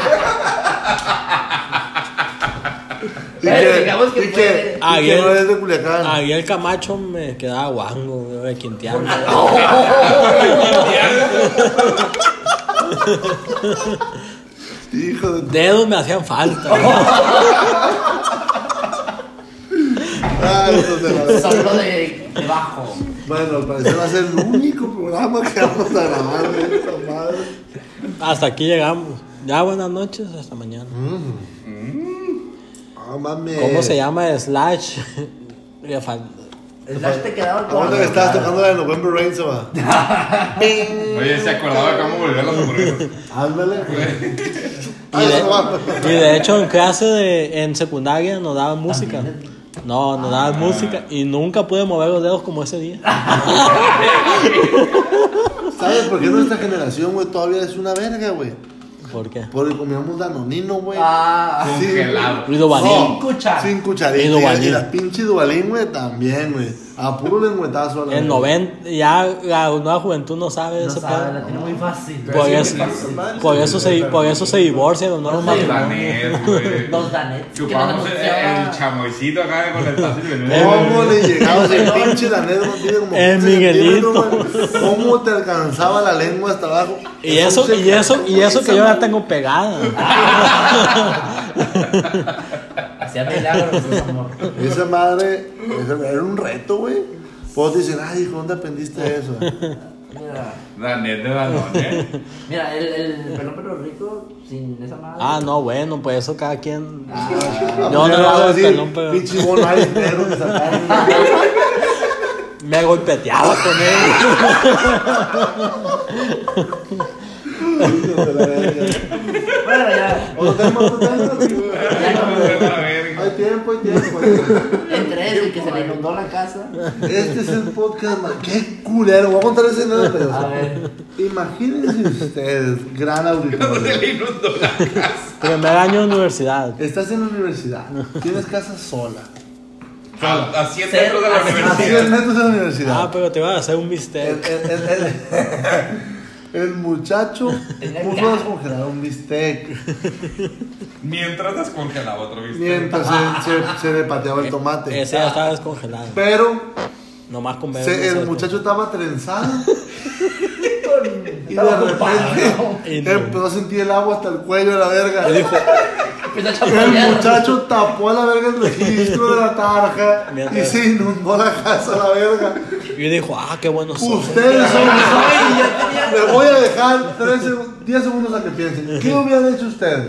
Y Pero que- digamos que y puede- que- y Ah, que bien. Ah. no es de Culiacán. Ariel Camacho me quedaba guango, güey, de Quintiano. Hijo de. Dedos me hacían falta. Ah, hijos de la- Solo de debajo. Bueno, al parecer va a ser el único programa que vamos a grabar de esta madre. Hasta aquí llegamos. Ya buenas noches, hasta mañana. Mm. Ah, mames. ¿Cómo se llama Slash? Le fal- Slash te quedaba Ahorita que estabas tocando la de November Rain, Saba. Oye, se acordaba cómo volver las hamburguesas. Ándale. y, Ah, Saba. de, y de hecho en clase de, en secundaria nos daban música. No, nos Ah. daban música y nunca pude mover los dedos como ese día. ¿Sabes por qué nuestra generación, güey, todavía es una verga, güey? ¿Por qué? Porque comíamos danonino, güey. Ah, Sí. Congelado. Ruido Badín. Sin cuchara. Sin Y cucharita. Y, Duvalín. y la pinche Duvalín, güey, también, güey. A puro lengüetazo. a la En verga. 90, ya la nueva juventud no sabe no ese sabe, pedo. la tiene muy fácil. Por Sí, eso- fácil. Por eso se, por eso se divorcian los nuevos Por eso- matrimonios. Danés, güey. Los danets. que Chupamos no el, nos gustaba. el chamoycito acá con el tazo y veneno. ¿Cómo le llegaba ese pinche danés? no tiene como Eh, 15 Miguelito. centímetros, güey? ¿Cómo te alcanzaba la lengua hasta abajo? Y eso, y eso, y eso que yo la tengo pegada. Hacía milagros, mi amor. Esa madre, esa- era un reto, güey. Pues dicen, ay, hijo, ¿dónde aprendiste eso? Mira, Danés de Danone. mira, el, el pelón pero rico sin esa madre. Ah, no, bueno, pues eso cada quien. Yo no lo hago el pelón, pero- Pinche bono ahí, negro que sacaron. Me golpeteaba con él. Hijo de la verga. Bueno, ya. Otro tema, otro tema, güey. Hay tiempo, hay tiempo. Entre eso y que se le inundó la casa. Este es el podcast más. ¡Qué culero! Voy a contar ese nuevo pedazo. A ver. Imagínense ustedes, gran Se auditorio. le inundó la casa. Primer año de universidad. Estás en la universidad, tienes casa sola. A 100 metros de la A 100 universidad. metros de la Ah, universidad. pero te iba a hacer un El, misterio. el- el- el- el muchacho Tenía puso a cara. descongelar un bistec Mientras descongelaba otro viste. mientras se, se- se le pateaba el tomate. Ese ya estaba descongelado. Pero Nomás con ver. se- ese- el muchacho estaba trenzado y de Estaba ocupado. repente Y no. empezó a sentir el agua hasta el cuello de la verga. Y dijo, Empieza a El chapotear. muchacho tapó a la verga el registro de la tarja y se inundó la casa a la verga. y dijo, ah, qué bueno sos. Ustedes son Le voy a dejar 3 seg- 10 segundos a que piensen. ¿Qué hubieran hecho ustedes?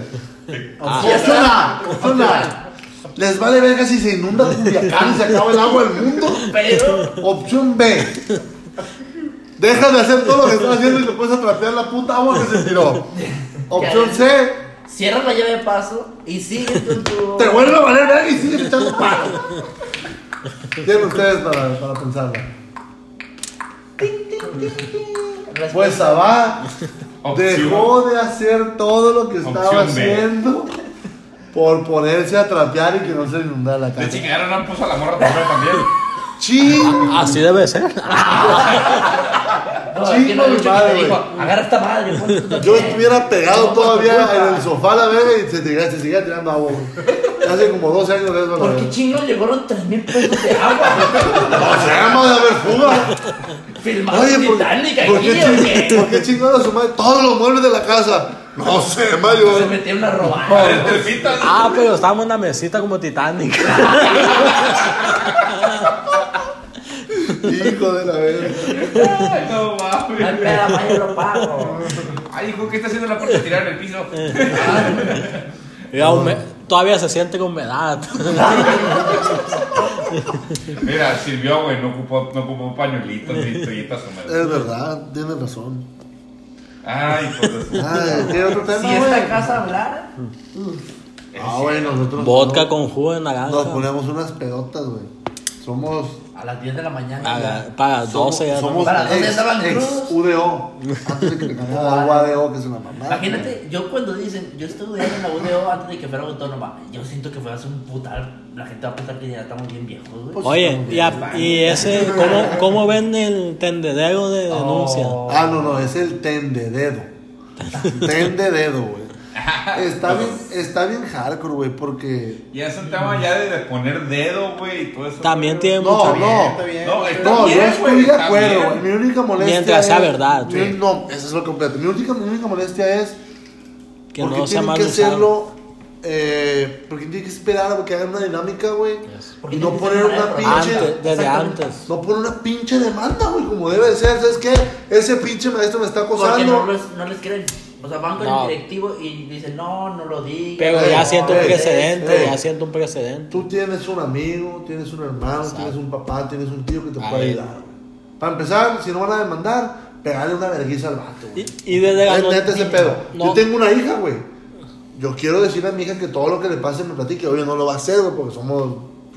Ah. Pues nada, pues nada. Les vale verga si se inunda Culiacán y se acaba el agua del mundo. Pero Opción B. Deja de hacer todo lo que estás haciendo y te puedes atrapear la puta agua que se tiró. Opción C. cierra la llave de paso y sigue tú tu. Te vuelve a valer verga y sigues echando palo. Tienen ustedes para, para pensarlo. Respuesta. Pues Sabá Opción. dejó de hacer todo lo que estaba Opción B. haciendo por ponerse a trapear y que no se le inundara la Le casa. chingaron la puso a la morra primero también. ¡Ching! Así debe ser. No, es que no Chingo mi dicho que madre, te dijo, agarra esta madre. ponte tú Yo también". estuviera pegado todavía en el sofá a la verga y se te se seguía tirando agua. güey. Hace como 12 años de eso a la ¿Por qué verga. chingos llegaron 3 mil pesos de agua? O sea, madre, de haber fuga. Filmaron Oye, ¿por, Titanic aquí, ¿por qué ¿o qué? ching- por qué chingaron a su madre todos los muebles de la casa? No sé, Mario. Se metieron a robar. El terfita, Ah, pero estábamos en una mesita como Titanic. Hijo de la verga. Ay, no Al mames. pedo, ma, yo lo pago. Ay, hijo, ¿qué está haciendo la puerta tirada en el piso? Eh. Mira, hume- Todavía se siente con humedad. Mira, sirvió, güey, no ocupó, no ocupó pañuelitos ni toallitas húmedas. Es verdad, tienes razón. Ay, pues de su- Ay, ¿qué otro tema, Si güey? esta casa hablara, Ah, güey, nosotros. Vodka no- con jugo de Nos naranja. ponemos unas pedotas, güey. Somos. a las 10 de la mañana. Para, para 12 ya. Somos Para, ¿dónde estaban ex crudos? UDO. Antes de que le cagara agua ADO, que es una mamada. Imagínate, yo cuando dicen, yo estudié en la UDO antes de que fuera autónoma, yo siento que fue hace un putal, la gente va a pensar que ya estamos bien viejos, güey. Pues, Oye, y, a- y ese, ¿cómo, ¿cómo ven el tendedero de denuncia? Oh. Ah, no, no, es el tendededo. Tendededo, güey. Está bien, está bien hardcore, güey, porque. Ya es un tema ya de, de poner dedo, güey, y todo eso. También tiene No, mucho. no. No, está No, bien, yo estoy güey, de está acuerdo, bien. güey. Mi única molestia. Mientras sea es- verdad, mi- sí. No, eso es lo completo. Mi única, mi única molestia es. Que porque no sea tienen mal que usado. hacerlo. Eh, porque tienen que esperar a que hagan una dinámica, güey. Yes. Y no poner una pinche. Antes, desde Exactamente. antes. No poner una pinche demanda, güey, como debe de ser. ¿Sabes qué? Ese pinche maestro me está Porque no, acosando. los- no les creen. O sea, van con No. el directivo y dicen, no, no lo digas. Pero Ey, ya no, siento un ey, precedente, ey. ya siento un precedente. Tú tienes un amigo, tienes un hermano, Exacto. tienes un papá, tienes un tío que te A puede ver. ayudar. güey. Para empezar, si no van a demandar, pegarle una vergüenza al vato, güey. Y, y desde la Es no- neta ese pedo. no- Yo tengo una hija, güey. Yo quiero decirle a mi hija que todo lo que le pase me platique. Obvio, no lo va a hacer, güey, porque somos.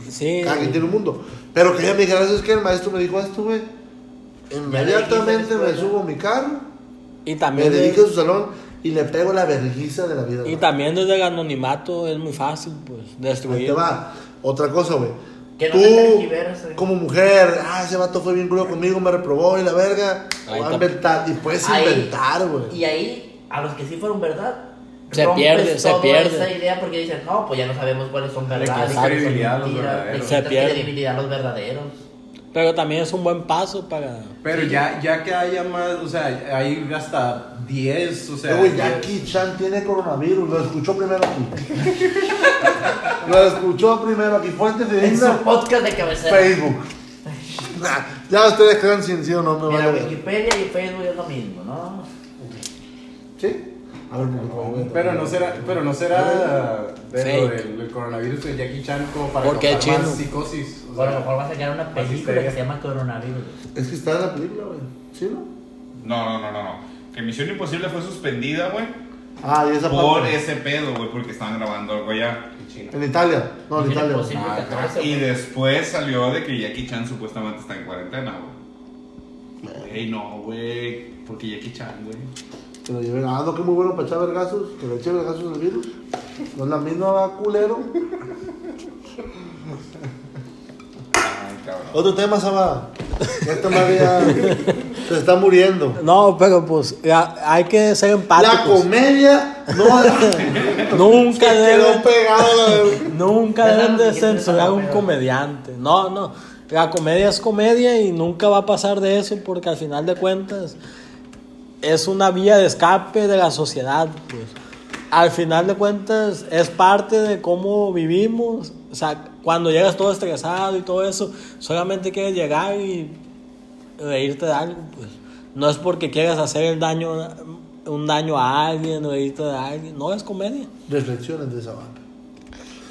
Sí. Cada quien tiene un mundo. Pero que ella me dijera, ¿sabes qué? El maestro me dijo esto, güey. Inmediatamente Ya le dijiste a la me escuela. subo a mi carro, Y me también, de- dedico a su salón y le pego la vergüenza de la vida. y güey. también desde el anonimato es muy fácil, pues, Ahí destruir. te va. Otra cosa, güey. Que no Tú, te tergiverse. como mujer, ah, ese vato fue bien culo conmigo, me reprobó y la verga. Ahí Va a está. inventar. Y puedes Ahí- inventar, Y güey. ahí, a los que sí fueron verdad, Se rompes pierde, se toda pierde. Esa idea porque dicen, no, pues ya no sabemos cuáles son Le verdades. quitas cuáles son credibilidad a los mentiras, verdaderos. le Se quitas pierde. credibilidad a los verdaderos. Pero también es un buen paso para. Pero ya, ya que haya más, o sea, hay hasta 10, o sea. Güey, diez. Jackie Chan tiene coronavirus, lo escuchó primero aquí. lo escuchó primero aquí. Fuente de Es un Digna, podcast de cabecera. Facebook. Nah, ya ustedes crean si sí o no, me Mira, vale verga. Wikipedia y Facebook es lo mismo, ¿no? ¿Sí? A ver, porque güey, Pero no será, pero no será de lo del, del coronavirus de Jackie Chan como para Porque es causar más chino. psicosis. Pues, o O a lo sea. mejor va a sacar una Más película que histeria. se llama Coronavirus. Es que está en la película, güey. ¿Sí, no? No, no, no, no, no. Que Misión Imposible fue suspendida, güey, Ah, y esa por parte. ese pedo, güey, porque estaban grabando algo allá. En Italia. No, Ah, en Misión Italia. Imposible Ajá, 14, Y güey. después salió de que Jackie Chan supuestamente está en cuarentena, güey. Güey, no, güey. Porque Jackie Chan, güey. Que lo lleven. Ah, no, que muy bueno para echar vergazos. Que le eche vergazos al virus. No es la misma, va, culero. Ay, cabrón. Otro tema, Saba. Esta madre ya se está muriendo. No, pero pues ya, hay que ser La empáticos. comedia no Nunca quedó deben, pegada. la verga. nunca Perdón, deben de si quieres censurar a un hablar, pero- comediante. No, no. La comedia es comedia y nunca va a pasar de eso porque al final de cuentas es una vía de escape de la sociedad. Pues. Al final de cuentas es parte de cómo vivimos. O sea, cuando llegas todo estresado y todo eso, solamente quieres llegar y reírte de algo, pues. No es porque quieras hacer el daño, un daño a alguien, reírte de alguien. No es comedia. Reflexiones de Saba.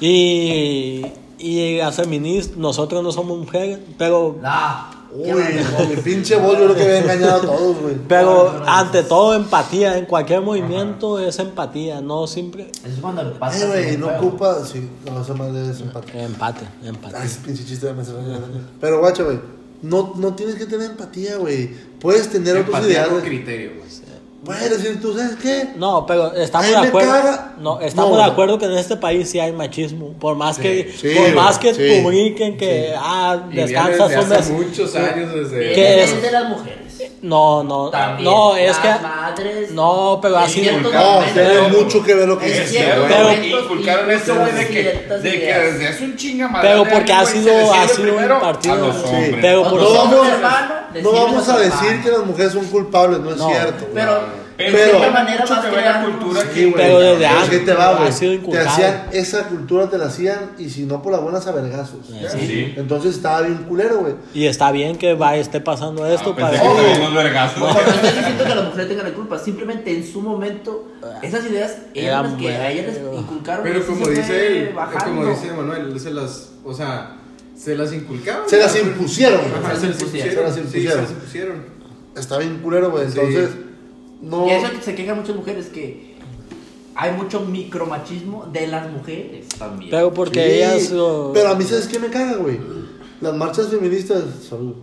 Y, y las feministas, nosotros no somos mujeres, pero, Nah, Uy, qué vale. con mi pinche voz, yo creo que había engañado a todos, güey. pero ante todo empatía. En cualquier movimiento es empatía, no siempre. Eso es cuando empatan. Eh, güey, en no un juego. ocupa. Sí, no, esa madre es empate. Empate, empate. Ay, ese pinche chiste de Pero guacha, güey. No, no tienes que tener empatía, güey. Puedes tener otros Empatía ideales. con criterio, güey. Voy a decir, ¿tú sabes qué? No, pero estamos Ahí de me acuerdo. caga. No, estamos No. de acuerdo que en este país sí hay machismo. Por más que, Sí, por güey, más que sí. publiquen que ah, Y viene descansas desde un hace mes. muchos años desde... ¿Qué Es es? de las mujeres. No, no, También. no, es Las que madres. no, pero así- No, tiene mucho que ver lo que Es dices, cierto, güey. Pero- güey, inculcaron eso, güey, de que, de que desde hace un chingamadre. Pero porque ha sido- ha sido un partido- A los Sí, hombres. pero No por- vamos, hermano, no decirle vamos a a tu decir hermano. que las mujeres son culpables, no es No. cierto. güey. Pero, Pero- de Pero- cierta manera mucho vas que ver la creando- cultura que- Sí, güey. Pero desde Es que antes, te va, ha güey. sido Te inculcado. hacían esa cultura, te la hacían y si no por las buenas a vergazos. Sí. Sí. Entonces estaba bien culero, güey. y está bien que va, esté pasando esto Ah, para pensé que Ojo. también los vergazos. No, no estoy diciendo que las mujeres tengan la culpa, simplemente en su momento Ah, esas ideas eran Eran las que a ellas les buenas. inculcaron. y Pero así como se fue dice él, como bajando. dice Manuel, se las, o sea, se las inculcaban. Se las impusieron, güey. Ajá, se las Se impusieron. las Sí, se impusieron. las impusieron. Está bien culero, güey. Sí. Entonces, no. Y eso que se quejan muchas mujeres que hay mucho micromachismo de las mujeres también. pero porque Sí, ellas lo- Pero a mí, ¿sabes qué me caga, güey? Las marchas feministas. Salud.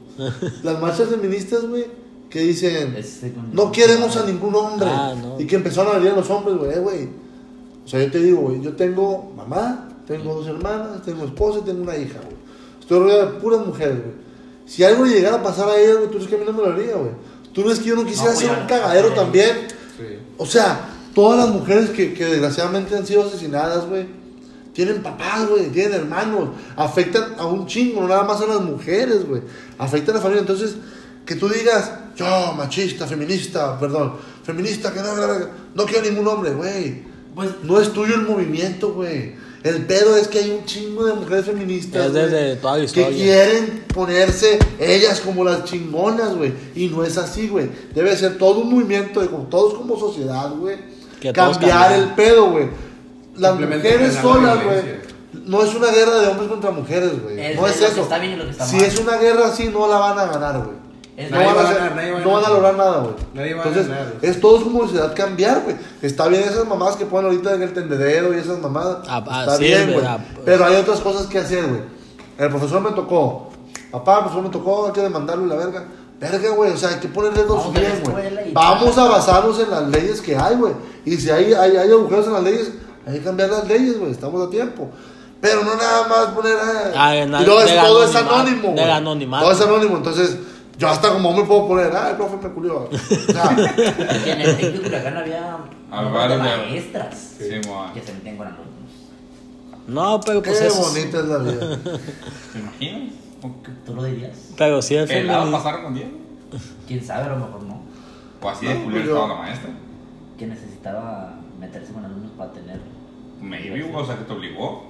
Las marchas feministas, güey, que dicen. Es- No queremos a ningún hombre. Ah, no. Y que empezaron a venir a los hombres, güey, eh, güey. O sea, yo te digo, güey, yo tengo mamá, tengo dos hermanas, tengo esposa y tengo una hija, güey. Estoy rodeado de puras mujeres, güey. Si algo le llegara a pasar a ellas, güey, tú es que a mí no me lo haría, güey. Tú no es que yo no quisiera No, ser güey, un no. cagadero Sí. también. Sí. O sea, todas las mujeres que, que desgraciadamente han sido asesinadas, güey, tienen papás, güey, tienen hermanos, afectan a un chingo, no nada más a las mujeres, güey, afectan a la familia. Entonces, que tú digas, yo, machista, feminista, perdón, feminista, que no, no, no, no quiero ningún hombre, güey. Pues No es tuyo el movimiento, güey. El pedo es que hay un chingo de mujeres feministas Es desde güey, toda la que historia. quieren ponerse ellas como las chingonas, güey. Y no es así, güey. Debe ser todo un movimiento, de como- todos como sociedad, güey. Que todos Cambiar el cambian. pedo, güey. Las Simplemente mujeres frenar la solas, güey. violencia. No es una guerra de hombres contra mujeres, güey. Es No de es lo que eso. está bien y lo que está Si mal. es una guerra así, no la van a ganar, güey. es No Nadie van, va a a hacer- ganar, nadie va a no van a ganar. lograr nada, güey. Nadie va a Entonces, ganar. es todo como sociedad cambiar, güey. Está bien esas mamás que ponen ahorita en el tendedero y esas mamadas. Ah, ah, está sí, bien, güey. ¿verdad? pues. Pero hay otras cosas que hacer, güey. El profesor me tocó. Papá, el profesor me tocó, hay que demandarlo y la verga. Verga, güey, o sea, hay que ponerle dos Vamos a la bien, escuela güey. y- Vamos a basarnos en las leyes que hay, güey. Y si hay, hay, hay agujeros en las leyes, hay que cambiar las leyes, güey. Estamos a tiempo. Pero no nada más poner. ah, Ah, en la- y luego es- del todo es anonimato, anónimo, güey. del anonimato. Todo es anónimo, entonces yo hasta como hombre puedo poner, ah, el profe me culió. O sea, que en el Tec de Culiacán había Ah, un montón vale, de ya. maestras Sí, mo. que se meten con alumnos. no, pero pues qué eso- bonita es la vida. ¿Te imaginas? ¿O qué ¿Tú lo dirías? pero sí el ¿Pelado feminismo. pasaron con 10? ¿Quién sabe? A lo mejor no. O Pues así de No, culero yo- estaba la maestra. Que necesitaba meterse con alumnos para tener... Maybe, güey, o sea, que te obligó.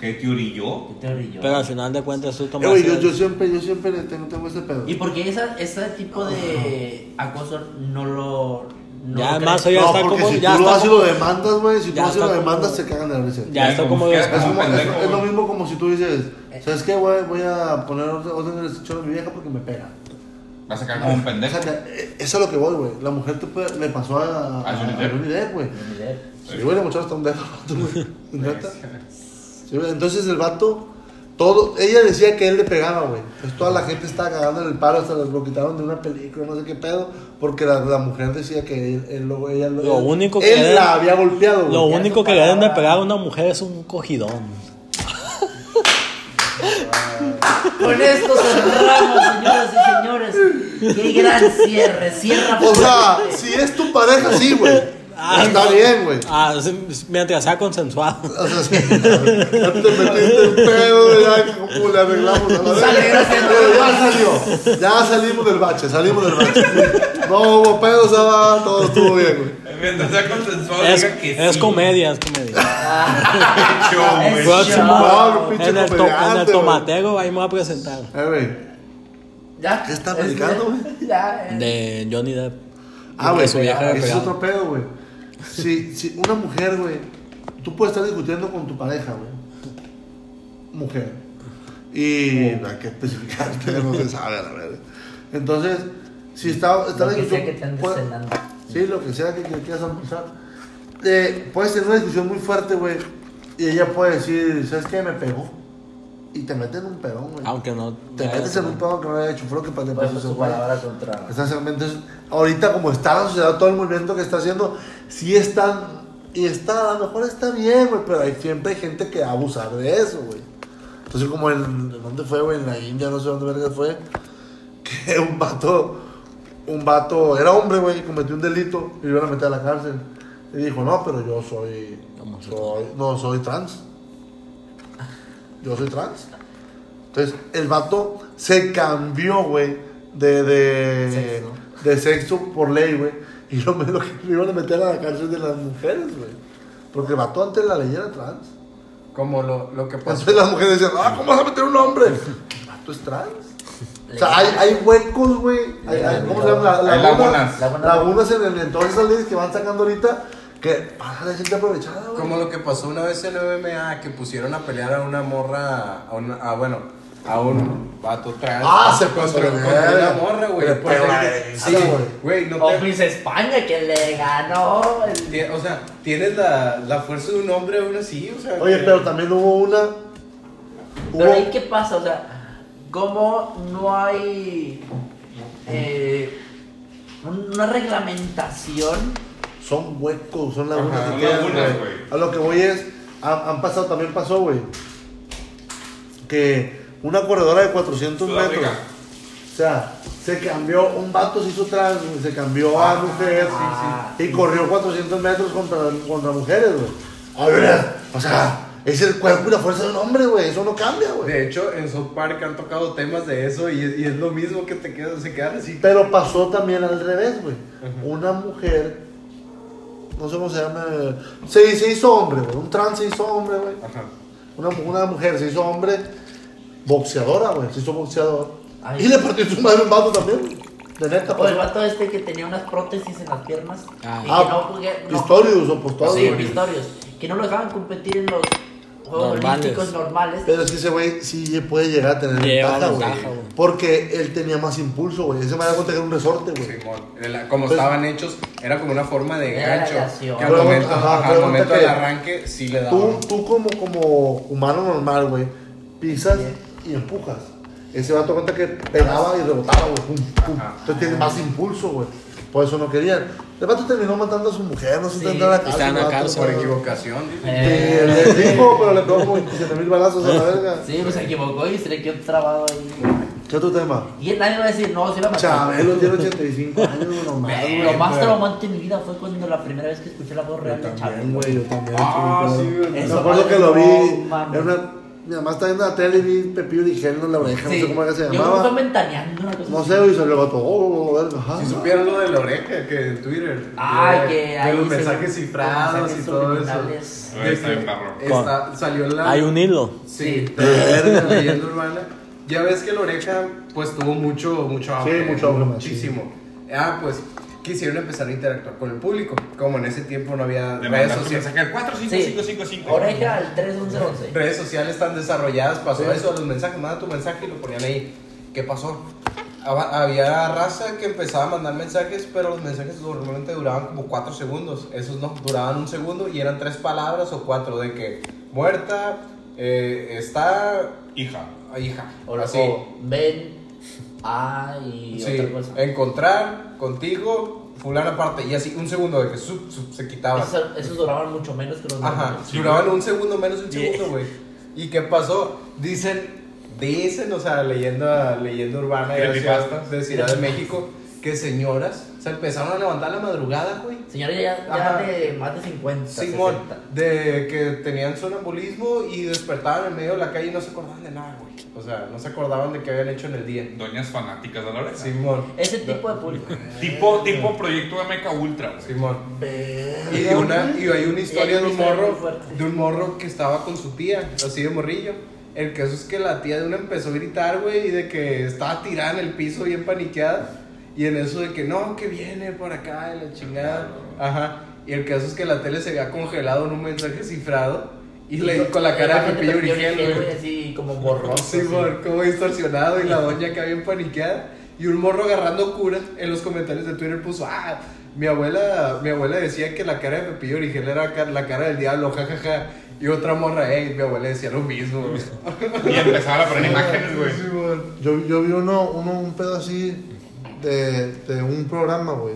Que te orilló. ¿Qué te orilló? Pero al final de cuentas tú Eh, tomas. güey, yo, el- yo siempre, yo siempre le tengo, tengo ese pedo. ¿Y por qué esa, ese tipo de acoso no lo... No Ya, lo además, crees? ya no, está porque como- si ya tú lo está has como- ido demandas, güey, si tú ya has ido está como- demandas, se cagan de la risa. Ya está como que- desca- Es, como- como es- pendejo, es lo güey. mismo como si tú dices, ¿sabes qué, güey? Voy a poner orden orden en el chichón de mi vieja porque me pega. Vas a sacar como un O pendejo. sea, que, eh, eso es lo que voy, güey. La mujer te puede- le pasó a, a, A Johnny a Depp. Johnny Depp, güey. Ni idea. Sí, güey, le mocharon hasta un dedo. tú, güey. ¿Neta? Sí, güey, entonces el vato, todo, ella decía que él le pegaba, güey. Pues toda la gente estaba cagando en el paro, hasta lo quitaron de una película, no sé qué pedo, porque la, la mujer decía que él, él lo, ella lo- Lo él- único él, que era- la había golpeado, güey. Lo Ya único su que le deben de palabra. pegar a una mujer es un cogidón. Con esto cerramos, señoras y señores. Qué gran cierre, cierra. O sea, si es tu pareja, sí, güey. Ah, Está no. bien, güey. Ah, sí, mientras sea consensuado. O sea, sí, ya te metiste en pedo, ya como le arreglamos a la vez. Sale, gracias. Pero ya salió, ya salimos del bache, salimos del bache. No hubo pedo, se va, todo estuvo bien, güey. Mientras sea consensuado, Es, diga que es sí. comedia, es comedia. Qué show, Es güey. Próximo. No, pinche En el, to- en el comediante, tomatego ahí me voy a presentar. Eh, güey. ¿Ya? ¿Qué está platicando, güey? Ya, eh. De Johnny Depp. Ah, Porque güey, su vieja ese le es pegaba. otro pedo, güey. Si, si una mujer, güey, tú puedes estar discutiendo con tu pareja, güey. Mujer. Y hay que especificarte, no se sabe, la verdad. Entonces, si está, está pues, Lo la que discusión, sea que te andes puede- cenando. Sí, lo que sea que, que quieras almorzar. Eh, puedes tener una discusión muy fuerte, güey. Y ella puede decir, ¿sabes qué? Me pegó. y te meten un pedón, güey. Aunque no. Te metes en un pedo que no había hecho, fue lo que le Fue pasó a ese Pues, su güey. palabra contra. Exactamente. es- Ahorita como está la sociedad, todo el movimiento que está haciendo, sí están, y está, a lo mejor está bien, güey, pero hay siempre hay gente que va a abusar de eso, güey. Entonces como en, ¿en ¿dónde fue, güey? En la India, no sé dónde verga fue, que un vato, un vato, era hombre, güey, cometió un delito y lo iban a meter a la cárcel. Y dijo, no, pero yo soy, soy no, soy trans. Yo soy trans. Entonces, el vato se cambió, güey, de, de, Sexo. de sexo por ley, güey. Y lo, lo que me iban a meter a la cárcel de las mujeres, güey. Porque el vato antes la ley era trans. Como lo, lo que pasó. Entonces las mujeres decían, ah, ¿cómo vas a meter un hombre? El vato es trans. O sea, hay, hay huecos, güey. Hay, hay- ¿Cómo se llama? La- Hay lagunas. lagunas. Lagunas en, el, en todas esas leyes que van sacando ahorita. Que para la gente aprovechada, güey. Como lo que pasó una vez en MMA que pusieron a pelear a una morra, a, una, a bueno, a un vato trans. Ah, se pasó contra, de contra verga. una morra, Le güey. Pues, pegó la eh, verga, Sí, güey. güey, Oh, no O te- Miss España que le ganó. el- ti- O sea, tienes la, la fuerza de un hombre aún así, o sea. Oye, que- pero también hubo una. Pero ahí Hubo, qué pasa, o sea, cómo no hay eh, un- una reglamentación. son huecos, son lagunas. Ajá, que son quedan, güey. lagunas, güey. A lo que voy es. Han, han pasado, también pasó, güey. Que una corredora de 400 metros. Sudáfrica. O sea, se cambió, un vato se hizo trans, güey, se cambió a mujer sí, y corrió 400 metros contra, contra mujeres, güey. A ver, o sea, es el cuerpo y la fuerza del hombre, güey, eso no cambia, güey. De hecho, en South Park han tocado temas de eso y, es- y es lo mismo que te quedas, se quedan así. Pero pasó también al revés, güey. Una mujer, no sé cómo se llama, eh, se, se hizo hombre, güey, un trans se hizo hombre, güey. Ajá. Una, una mujer se hizo hombre, boxeadora, güey, se hizo boxeador. Ay. Y le partió su madre un vato también, güey. De neta, O el pasó. vato este que tenía unas prótesis en las piernas. Ah. y que no, Ah, jugué- no- Pistorius o por todo, Sí, Pistorius. Que no lo dejaban competir en los Juegos Normales. Olímpicos normales. Pero es que ese güey sí puede llegar a tener Lleva ventaja, güey. ventaja, güey. Porque él tenía más impulso, güey. Ese me da cuenta que era un resorte, güey. Simón. Era- Como Pues- estaban hechos, era como una forma de Era la gancho. relación. Que al Luego, momento, ajá, ajá, al luego momento te- del arranque sí le daban. Tú, tú como, como humano normal, güey, pisas y empujas. Ese vato cuenta que pegaba y rebotaba, güey. Pum, pum. Ajá. Entonces tiene más impulso, güey. Por eso no querían. El vato terminó matando a su mujer, no sé si Sí, tendrá la está en la cárcel, el Por vato, güey. equivocación. Sí, Eh, le dijo, pero le pegó como 27 mil balazos a la verga. sí, pues se equivocó y se le quedó trabado ahí. ¿Qué otro tema? Y nadie va a decir, no, se iba a matar. Chabelo tiene 85 años, güey, no mames. Güey, Lo más traumante de mi vida fue cuando la primera vez que escuché la voz real de También, Chabelo. güey, yo también. Ah, tuve un sí, pedo. güey. Me Eso acuerdo madre, que lo vi. no, mames. era una- mi mamá estaba viendo la tele y vi Pepillo y Gel en la oreja, no sé cómo era que se Yo creo que fue llamaba. ventaneando una cosa No así. sé, y se le mató. Oh, verga, ajá. Si supieran lo de la oreja que en Twitter. Ah, de- que De ahí los se- mensajes cifrados y mensajes todo eso. subliminales. De Está que bien, perro. está- salió la. Hay un hilo. Sí, Sí. de la leyenda urbana. Ya ves que la oreja, pues tuvo mucho, mucho auge. mucho auge, Muchísimo. Ah, pues quisieron empezar a interactuar con el público. Como en ese tiempo no había Le redes mandaste un sociales. mensaje al 45555. Oreja al 3111. Redes sociales tan desarrolladas, pasó Sí. eso, los mensajes, manda tu mensaje y lo ponían ahí. ¿Qué pasó? Haba- Había raza que empezaba a mandar mensajes, pero los mensajes normalmente duraban como 4 segundos. Esos no, duraban un segundo y eran tres palabras o cuatro de que muerta, eh, está, Hija. ah, hija. O Ahora sí. o ven a y otra Sí, cosa. encontrar contigo, fulana aparte. Y así, un segundo de que sup, sup, se quitaba. Esos, esos duraban mucho menos que los Ajá, normales. duraban un segundo menos de un segundo, güey. ¿Y qué pasó? Dicen, dicen, o sea, leyenda, leyenda urbana de la ciudad, Creepypastas. de Ciudad de México, que señoras se empezaron a levantar a la madrugada, güey. Señora ya, ya Ajá. de más de 50, Simón, 60. de que tenían sonambulismo y despertaban en medio de la calle y no se acordaban de nada, güey. O sea, no se acordaban de qué habían hecho en el día. Doñas fanáticas de la oreja. Simón. Ese tipo de público. Tipo, tipo proyecto Meca Ultra, güey. Simón. Verga, Y, una, y hay una historia de un historia muy morro fuerte. de un morro que estaba con su tía, así de morrillo. El caso es que la tía de una empezó a gritar, güey, y de que estaba tirada en el piso bien paniqueada. Y en eso de que no, que viene por acá, y la chingada. Ajá. Y el caso es que la tele se había congelado en un mensaje cifrado y le con la cara de Pepillo Origel, güey. Así como borroso. Sí, por- como distorsionado y la doña acá bien paniqueada. Y un morro agarrando cura en los comentarios de Twitter puso, ah, mi abuela, mi abuela decía que la cara de Pepillo Origel era ca- la cara del diablo, jajaja. Y otra morra, eh, mi abuela decía lo mismo. güey. Y empezaba a poner imágenes, güey. Sí, güey. Yo, yo vi uno, uno, un pedo así de, de un programa, güey.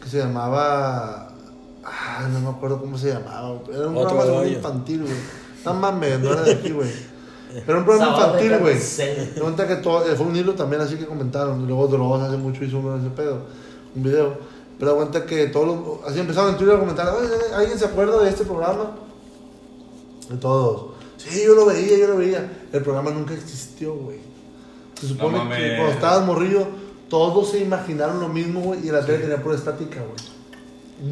Que se llamaba. Ah, no me acuerdo cómo se llamaba. güey. Era un Otro programa rollo. muy infantil, güey. No mames, no era de aquí, güey. Era un programa Sábado de infantil, güey. carrusel. Me cuenta que todo, eh, fue un hilo también así que comentaron. Y luego Dross hace mucho hizo uno de ese pedo, un video. Pero aguanta que todos los- así empezaron en Twitter a comentar, "Oye, ¿alguien se acuerda de este programa? De todos. Sí, yo lo veía, yo lo veía. El programa nunca existió, güey. Se supone No mames. que cuando estabas morrillo, todos se imaginaron lo mismo, güey, y la tele tenía pura estática, güey.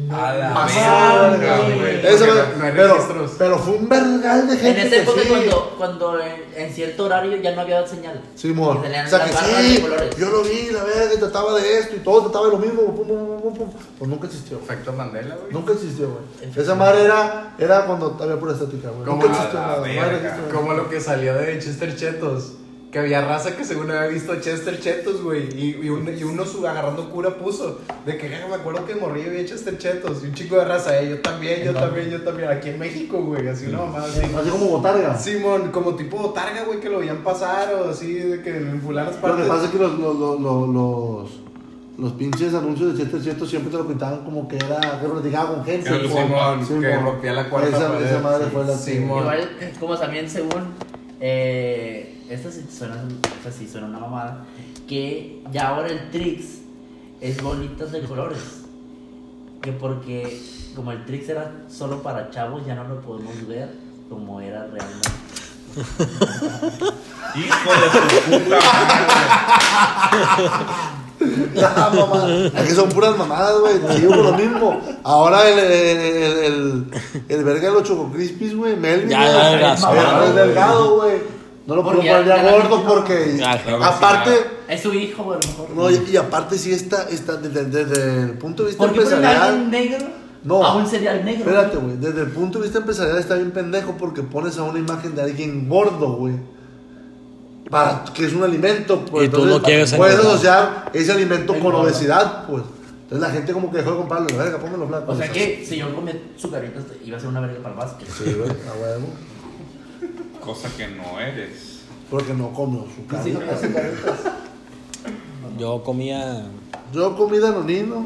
A la Pasada, verga, güey. güey. Eso, no- no hay pero, registros. pero fue un vergal de En gente. esa que época sí. cuando, cuando en, en cierto horario ya no había señal. Simón. Y salían O sea que las barras de sí, colores. yo lo vi, la verga, y trataba de esto y todo, trataba de lo mismo, pum, pum, pum, pum, pum. Pues nunca existió. Efecto Mandela, güey. Nunca existió, güey. Esa madre era, era cuando había pura estética, güey. Como Nunca la- existió la nada. madre verga. existió nada. Como lo que salió de Chester Chetos. Que había raza que según había visto a Chester Chetos, güey. Y, y, un- y uno su- agarrando cura puso. De que "Ah, me acuerdo que morrí había Chester Chetos. Y un chico de raza, eh, yo también, yo también, yo también. Aquí en México, güey. Así una mamada así. Así como botarga. Simón, como tipo botarga, güey, que lo veían pasar o así, de que en fulanas Lo que partes. pasa es que los, los, los, los, los- los pinches anuncios de 700 siempre te lo pintaban como que era que platicaba con gente. Era lo Simón. Simón, que Simón. rompía la cuarta Esa, pared. esa madre fue la Sí, que- Simón. Igual, como también según. Eh, esta sí suena, esta sí suena una mamada. Que ya ahora el Trix es bolitas de colores. Que porque, como el Trix era solo para chavos, ya no lo podemos ver como era realmente. Hijo de su puta madre. Ah, mamá. Aquí son puras mamadas, güey. Sigo con lo mismo. Ahora el, el, el, el, el verga de los Choco Crispis, güey. Melvin. Ya, güey. ya, ya, Ahora mamado, es delgado, güey. No lo puedo Porque ya- poner ya ya la gordo gente no- porque. Ya, claro. Aparte. Es su hijo, a lo mejor. No, y, y aparte sí está, está desde, desde el punto de vista ¿Por qué ponen a alguien empresarial. negro No. a un cereal negro? Espérate, güey. Desde el punto de vista empresarial está bien pendejo porque pones a una imagen de alguien gordo, güey. Para que es un alimento, pues. Y tú no quieres Puedes engordar. asociar ese alimento El con gordo. obesidad, pues. Entonces la gente como que dejó de comprarlo. la Verga, pónmelo flaco. O sea que si yo comía sucaritas iba a ser una verga para el básquet. Sí, güey, a huevo. Cosa que no eres. Porque no como su Sí, carne. comía sucaritas. Yo comía. Yo comí danonino.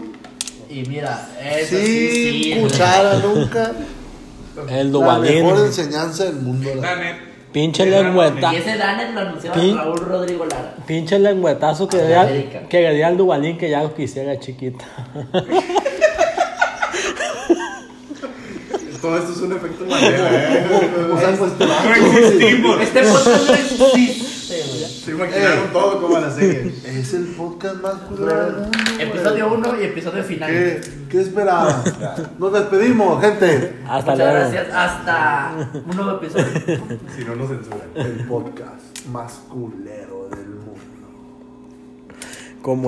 Y mira, eso Sin sí, sí, cuchara nunca. El La mejor Dubalín. enseñanza del mundo. la- Dame. Pinche Era lengüeta. Y ese Danet lo anunciaba ¿Sí? Raúl Rodrigo Lara. Pinche lengüetazo que, le A la di al- América. que le di al Dubalín que ya lo quisiera chiquita. Todo esto es un efecto Mandela, eh. O sea, pues, te No va. existimos. Este podcast no existe, güey. Se imaginaron todo como la serie. Es el podcast más culero del mundo. güey. Episodio 1 y episodio final. ¿Qué, qué esperaban? Nos despedimos, gente. Hasta Muchas luego. gracias. Hasta un nuevo episodio. Si no nos censuran. El podcast más culero del mundo. Como